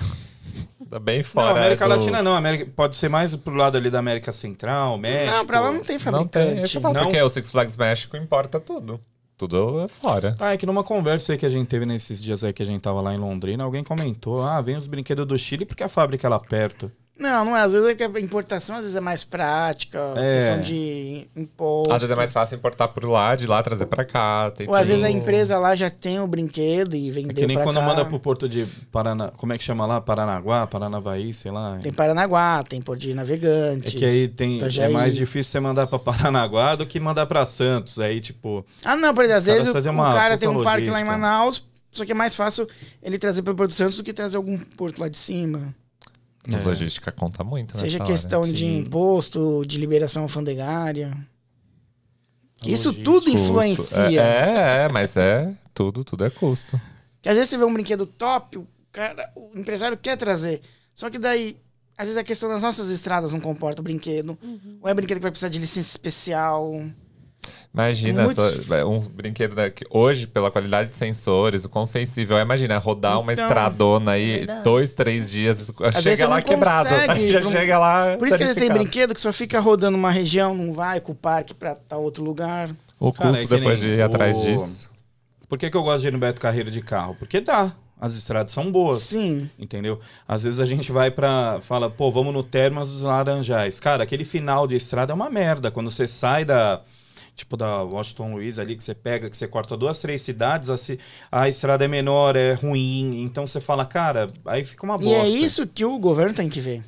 tá bem fora. não, América do- Latina não. América, pode ser mais pro lado ali da América Central, México. não, pra lá não tem Não tem. fabricante. Deixa é eu falar, É, tipo, Não. é porque o Six Flags México importa tudo. Tudo é fora. Tá, é que numa conversa aí que a gente teve nesses dias aí que a gente tava lá em Londrina, alguém comentou: ah, vem os brinquedos do Chile porque a fábrica é lá perto. Não, não é. Às vezes é que a importação às vezes é mais prática, É. questão de imposto. Às vezes é mais fácil importar por lá, de lá trazer pra cá. tem Ou às vezes a tudo. empresa lá já tem o brinquedo e É vendeu que nem pra quando cá. manda pro porto de Paraná. Como é que chama lá? Paranaguá, Paranavaí, sei lá. Tem Paranaguá, tem Porto de É Navegantes. que aí tem, é Itajaí. mais difícil você mandar pra Paranaguá do que mandar pra Santos. Aí, tipo, Ah, não, por exemplo, às Os caras vezes o, fazem uma o cara tem um puta parque lá em logística. Manaus, só que é mais fácil ele trazer pelo Porto Santos do que trazer algum porto lá de cima. A É. logística conta muito, né? Seja questão de sim. imposto, de liberação alfandegária. A Isso logística, tudo Custo. influencia. É, é, é, mas é tudo, tudo é custo. Porque às vezes você vê um brinquedo top, o, cara, o empresário quer trazer. Só que daí, às vezes a questão das nossas estradas não comporta o brinquedo. Ou é brinquedo que vai precisar de licença especial. Imagina, Muito. só- é um brinquedo da- que hoje, pela qualidade de sensores, o quão sensível é, imagina, rodar uma Então, estrada aí verdade. dois, três dias, vezes chega você lá não quebrado. consegue Já ir pra um- chega É lá. Por isso que às vezes tem danificado. brinquedo que só fica rodando uma região, não vai com o parque pra tal outro lugar. O Cara, custo é que depois de nem ir atrás o- disso. Por que, que eu gosto de ir no Beto Carreiro de carro? Porque dá. As estradas são boas. Sim. Entendeu? Às vezes a gente vai pra. Fala, pô, vamos no Termas dos Laranjais. Cara, aquele final de estrada é uma merda. Quando você sai da. Tipo, da Washington Luiz ali, que você pega, que você corta duas, três cidades, a, ci- a estrada é menor, é ruim. Então você fala, cara, aí fica uma E bosta. é isso que o governo tem que ver.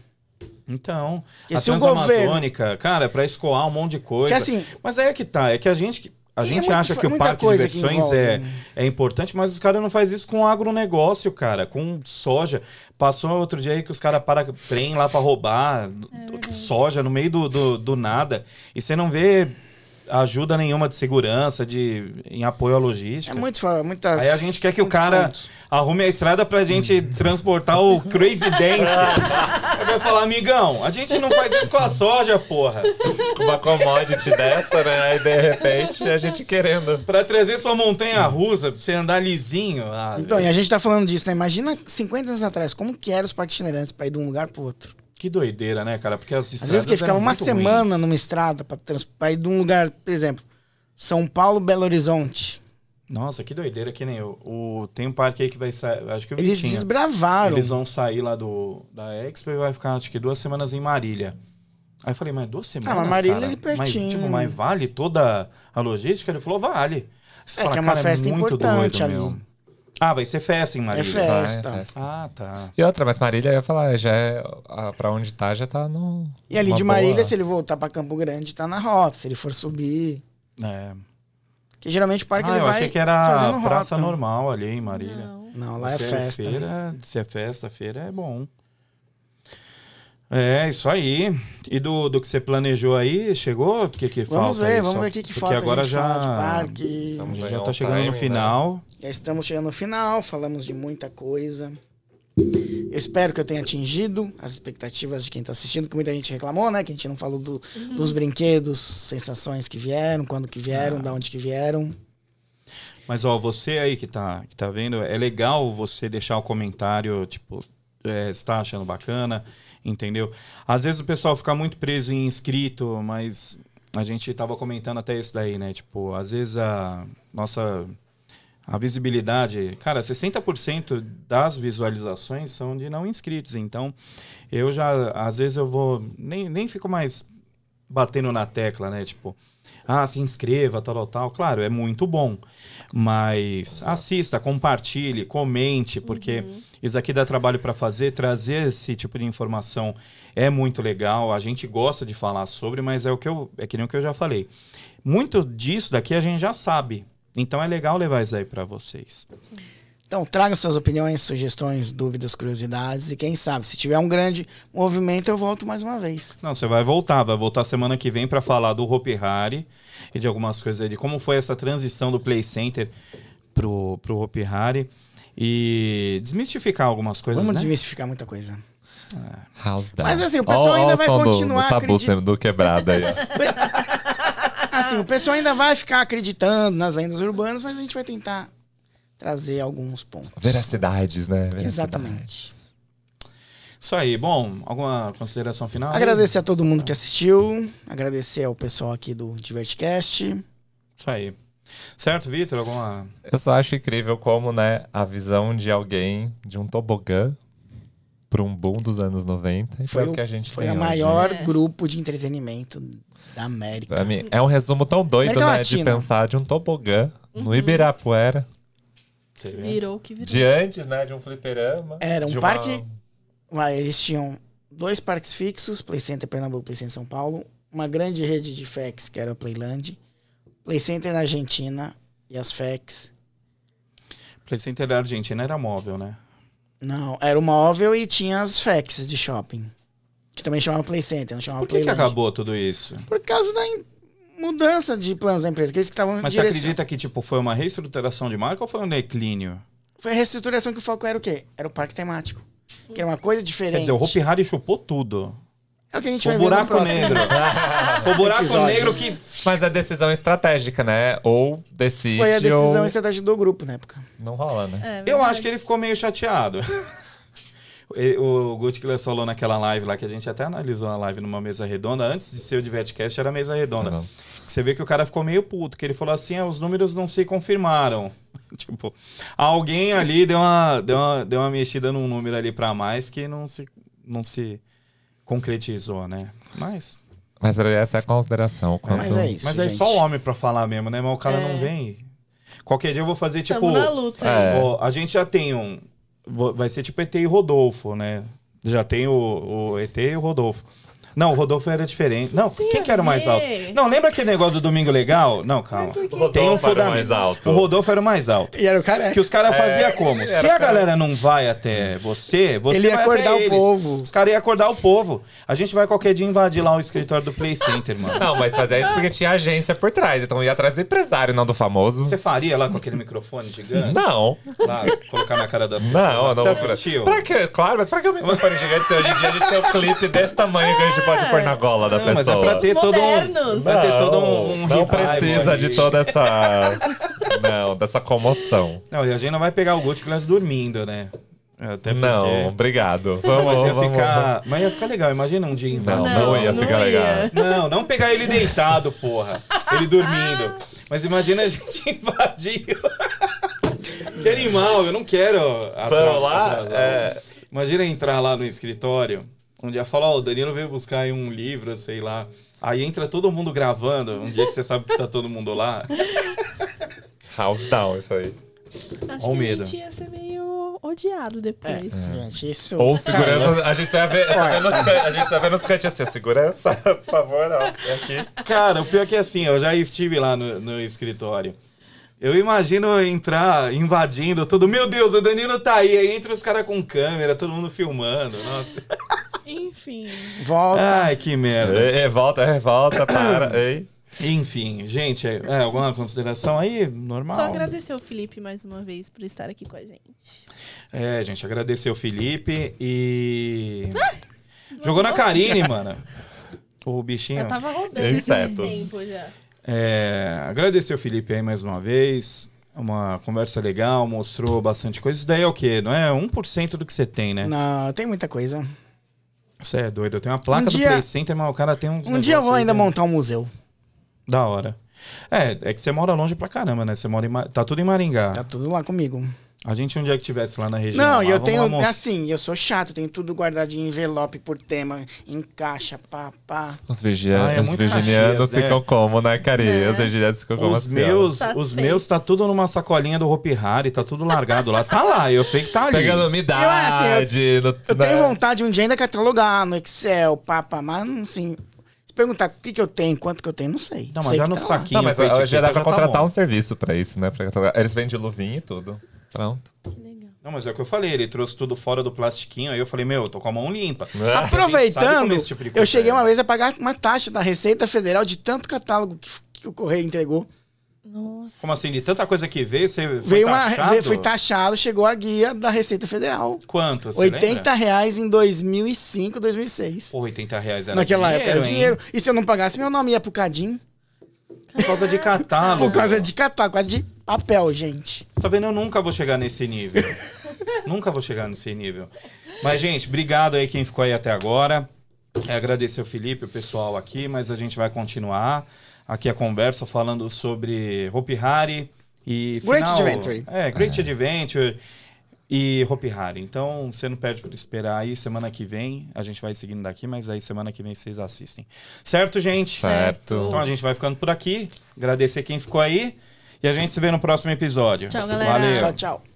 Então, E a se o governo. Transamazônica, cara, pra escoar um monte de Que coisa. assim. Mas aí é que tá, é que a gente, a e é gente muito- acha que o muita parque de coisa que diversões envolve, é, né? é importante, mas os caras não fazem isso com agronegócio, cara, com soja. Passou outro dia aí que os caras param trem lá pra É roubar soja no meio do, do, do nada. E você não vê ajuda nenhuma de segurança, de, em apoio à É logística. muito, fa- muitas, Aí a gente quer que o muitos cara pontos. Arrume a estrada pra gente transportar o Crazy Dance. Eu vou falar, amigão, a gente não faz isso com a soja, porra. Uma commodity dessa, né? Aí de repente a gente querendo. Pra trazer sua montanha russa, pra você andar lisinho. Ah, Então, e a gente tá falando disso, né? Imagina 50 anos atrás, como que eram os parques itinerantes pra ir de um lugar pro outro. Que doideira, né, cara? Porque as Às vezes que estradas ficava eram uma muito semana ruins. numa estrada pra, trans- pra ir de um lugar, por exemplo, São Paulo, Belo Horizonte. Nossa, que doideira que nem eu. O... Tem um parque aí que vai sair. Acho que o Eles Vitinho. desbravaram. Eles vão sair lá do, da Expo e vai ficar, acho que, duas semanas em Marília. Aí eu falei, mas duas semanas? mas Marília cara? é pertinho. Mas, tipo, mas vale toda a logística? Ele falou, vale. Você É que é uma festa importante ali. meu. Ah, vai ser festa em Marília. festa. Ah, é Festa. festa. Ah, tá. E outra, mas Marília, eu ia falar, já é. a- Pra onde tá, já tá no. E ali uma de Marília, boa- se ele voltar pra Campo Grande, tá na rota. Se ele for subir. É. Porque geralmente o parque Ah, ele eu vai. achei que era fazendo praça rota. normal ali em Marília. Não. Não, lá é Se festa. Feira, se é festa, feira é bom. É, isso aí. E do, do que você planejou aí, chegou? O que, que Vamos falta? ver, aí? vamos Só- ver o que, que porque falta agora a gente já, falar de parque. a gente Vamos já ganhar tá um chegando no timing, né? final. Já estamos chegando no final, falamos de muita coisa. Eu espero que eu tenha atingido as expectativas de quem está assistindo, que muita gente reclamou, né? Que a gente não falou do- dos brinquedos, sensações que vieram, quando que vieram, da onde que vieram. Mas, ó, você aí que tá, que tá vendo, é legal você deixar o comentário, tipo, é, está achando bacana, entendeu? Às vezes o pessoal fica muito preso em inscrito, mas a gente tava comentando até isso daí, né? Tipo, às vezes a nossa. A visibilidade, cara, 60% das visualizações são de não inscritos. Então, eu já, às vezes eu vou, nem, nem fico mais batendo na tecla, né? Tipo, ah, se inscreva, tal, tal, tal. Claro, é muito bom. Mas assista, compartilhe, comente, porque isso aqui dá trabalho para fazer. Trazer esse tipo de informação é muito legal. A gente gosta de falar sobre, mas é o que eu, é que nem o que eu já falei. Muito disso daqui a gente já sabe. Então é legal levar isso aí para vocês. Então, tragam suas opiniões, sugestões, dúvidas, curiosidades. E quem sabe, se tiver um grande movimento, eu volto mais uma vez. Não, você vai voltar, vai voltar semana que vem para falar do Hopi Hari e de algumas coisas aí, de como foi essa transição do Play Center pro, pro Hopi Hari e desmistificar algumas coisas, Vamos né? desmistificar muita coisa. House down. Mas, assim, o pessoal ainda vai som do- continuar Do, tabu acredit- do quebrado aí. ó. Assim, o pessoal ainda vai ficar acreditando nas lendas urbanas, mas a gente vai tentar trazer alguns pontos. Veracidades, né? Veracidades. Exatamente. Isso aí. Bom, alguma consideração final? Agradecer a todo mundo que assistiu, agradecer ao pessoal aqui do Divertcast. Isso aí. Certo, Vitor? Alguma. Eu só acho incrível como, né, a visão de alguém de um tobogã para um boom dos anos 90 e foi, Foi o- o que a gente Foi tem o hoje. maior É. grupo de entretenimento da Pra América. mim, é um resumo tão doido, América né, de Latina. pensar de um tobogã Uhum. no Ibirapuera, Você vê? Virou o que virou. de antes, né, de um fliperama. Era um de uma- parque. Lá eles tinham dois parques fixos, Play Center Pernambuco, Play Center São Paulo, uma grande rede de FEX, que era a Playland, Play Center na Argentina e as FEX. Play Center da Argentina era móvel, né? Não, era o móvel e tinha as FEX de shopping, que também chamava Play Center, não chamava Por que, que Playland. acabou tudo isso? Por causa da in- mudança de planos da empresa, que eles que estavam Mas você acredita que tipo, foi uma reestruturação de marca ou foi um declínio? Foi a reestruturação que o foco era o quê? Era o parque temático. Que era uma coisa diferente. Quer dizer, o Hopi Hari chupou tudo. É o que a gente Foi vai o ver no buraco próximo. negro. Foi o buraco Episódio. negro que. Mas a decisão estratégica, né? Ou decide Foi a decisão ou estratégica do grupo na época. não rola, né? É, Eu verdade. acho que ele ficou meio chateado. E- o Gutkler falou naquela live lá que a gente até analisou a live numa mesa redonda. Antes de ser o Divertcast, era mesa redonda. Não. Você vê que o cara ficou meio puto, que ele falou assim, ah, os números não se confirmaram. tipo, alguém ali deu uma, deu uma, deu uma mexida num número ali pra mais que não se, não se concretizou, né? Mas, Mas pra- essa é a consideração. Quanto... Mas é isso. mas aí gente. só o homem pra falar mesmo, né? Mas o cara É. não vem. Qualquer dia eu vou fazer, tipo... Tamo na luta. É. ó, a gente já tem um... vo- Vai ser tipo ET e Rodolfo, né? Já tem o, o ET e o Rodolfo. Não, o Rodolfo era diferente. Não, quem que era o mais a alto? ver. Não, lembra aquele negócio do Domingo Legal? Não, calma. Tem um fundamento. O Rodolfo era o mais alto. E era o careca. Que os caras faziam como? ele Se É, era a galera não vai até você, você Ele ia vai acordar até o eles. povo. Os caras iam acordar o povo. A gente vai qualquer dia invadir lá o escritório do Play Center, mano. Não, mas fazia isso porque tinha agência por trás. Então ia atrás do empresário, não do famoso. Você faria lá com aquele microfone gigante? Não, Lá, colocar na cara das pessoas? não, não. Você assistiu? Pra que? Claro, mas pra que o microfone gigante se hoje em dia a gente tem um clipe desse tamanho que a gente pode pôr na gola da Não, mas é pessoa? pra ter todo um... Modernos. Vai ter todo um, um não revival precisa aí. de toda essa. não, dessa comoção. Não, e a gente não vai pegar o Gucci que elas dormindo, né? Até porque... Não, obrigado. Vamos, Mas ia vamos, ficar... Mas ia ficar legal, imagina um dia Não, invadindo. não, Não, ia não ficar ia. legal. Não, não pegar ele deitado, porra. Ele dormindo. Mas imagina a gente invadir. que animal, eu não quero. atra- Vamos lá? atrasar. É. Imagina entrar lá no escritório, um dia falar, ó, o Danilo veio buscar aí um livro, sei lá. Aí entra todo mundo gravando, um dia que você sabe que tá todo mundo lá. House down, isso aí. Acho Ó o que medo. a gente ia ser meio odiado É, depois. gente, isso. Ou segurança, a gente só ia ver, só vê nos can- a gente só vê nos cantos assim, segurança, por favor, não. É aqui. Cara, o pior é que assim, eu já estive lá no, no escritório. Eu imagino entrar invadindo tudo. Meu Deus, o Danilo tá aí. Aí entra os caras com câmera, todo mundo filmando. Nossa. Enfim. Volta. Ai, que merda. É, é, volta, é, volta, para. Ei. Enfim, gente, é, é, alguma consideração aí? Normal. Só agradecer ao Felipe mais uma vez por estar aqui com a gente. É, gente, agradecer o Felipe e. Ah! Jogou na Karine, mano. O bichinho. Eu tava rodando Tem esse mais insetos. tempo já. É, agradecer o Felipe aí mais uma vez. Uma conversa legal, mostrou bastante coisa. Isso daí é o quê? Não é 1% do que você tem, né? Não, tem muita coisa. Você é doido. Eu tenho uma placa Um do dia- Play Center, mas o cara tem uns. Um dia eu negócios aí vou né? ainda da- montar um museu. Da hora. É, é que você mora longe pra caramba, né? Você mora em. Ma- Tá tudo em Maringá. Tá tudo lá comigo. A gente um dia que estivesse lá na região. Não, lá, e eu vamos lá tenho. mostrar. assim, eu sou chato, eu tenho tudo guardado em envelope por tema, em caixa, pá, pá. Os, virgi- Ah, é os muito virginianos Caxias, né? ficam como, né, Cari? É. Os virginianos ficam como Os assim, ó. meus, Tá os feio. meus tá tudo numa sacolinha do Hopi Hari, tá tudo largado lá. Tá lá, eu sei que tá ali. Pegando umidade. Eu, assim, no- Eu né? tenho vontade um dia ainda catalogar no Excel, pá, pá, mas assim. Se perguntar o que, que eu tenho, quanto que eu tenho, não sei. Não, Sei mas já que no tá lá. saquinho. Não, mas feito já dá aqui, pra contratar tá bom. um serviço pra isso, né? Pra catalogar. Eles vendem luvinha e tudo. Pronto. Que legal. Não, mas é o que eu falei, ele trouxe tudo fora do plastiquinho, aí eu falei, meu, eu tô com É, a mão limpa. Ah. Sabe Aproveitando, como esse tipo de coisa eu cheguei é. uma vez a pagar uma taxa da Receita Federal de tanto catálogo que, que o Correio entregou. Nossa. Como assim, de tanta coisa que veio, você foi Veio uma, taxado? veio- foi taxado, chegou a guia da Receita Federal. Quanto, você 80 lembra? reais em 2005, 2006. Pô, 80 reais era Naquela dinheiro, época era hein? dinheiro. E se eu não pagasse, meu nome ia pro Cadim. Por causa de catálogo. Por causa de catálogo, por causa de papel, gente. Tá vendo? Eu nunca vou chegar nesse nível. nunca vou chegar nesse nível. Mas, gente, obrigado aí quem ficou aí até agora. É, agradecer o Felipe, o pessoal aqui, mas a gente vai continuar aqui a conversa falando sobre Hopi Hari e Great final- Adventure. É, Great Adventure e Hopi Hari. Então, você não perde por esperar aí. Semana que vem a gente vai seguindo daqui, mas aí semana que vem vocês assistem. Certo, gente? Certo. Então a gente vai ficando por aqui. Agradecer quem ficou aí. E a gente se vê no próximo episódio. Tchau, galera. Valeu. Tchau, tchau.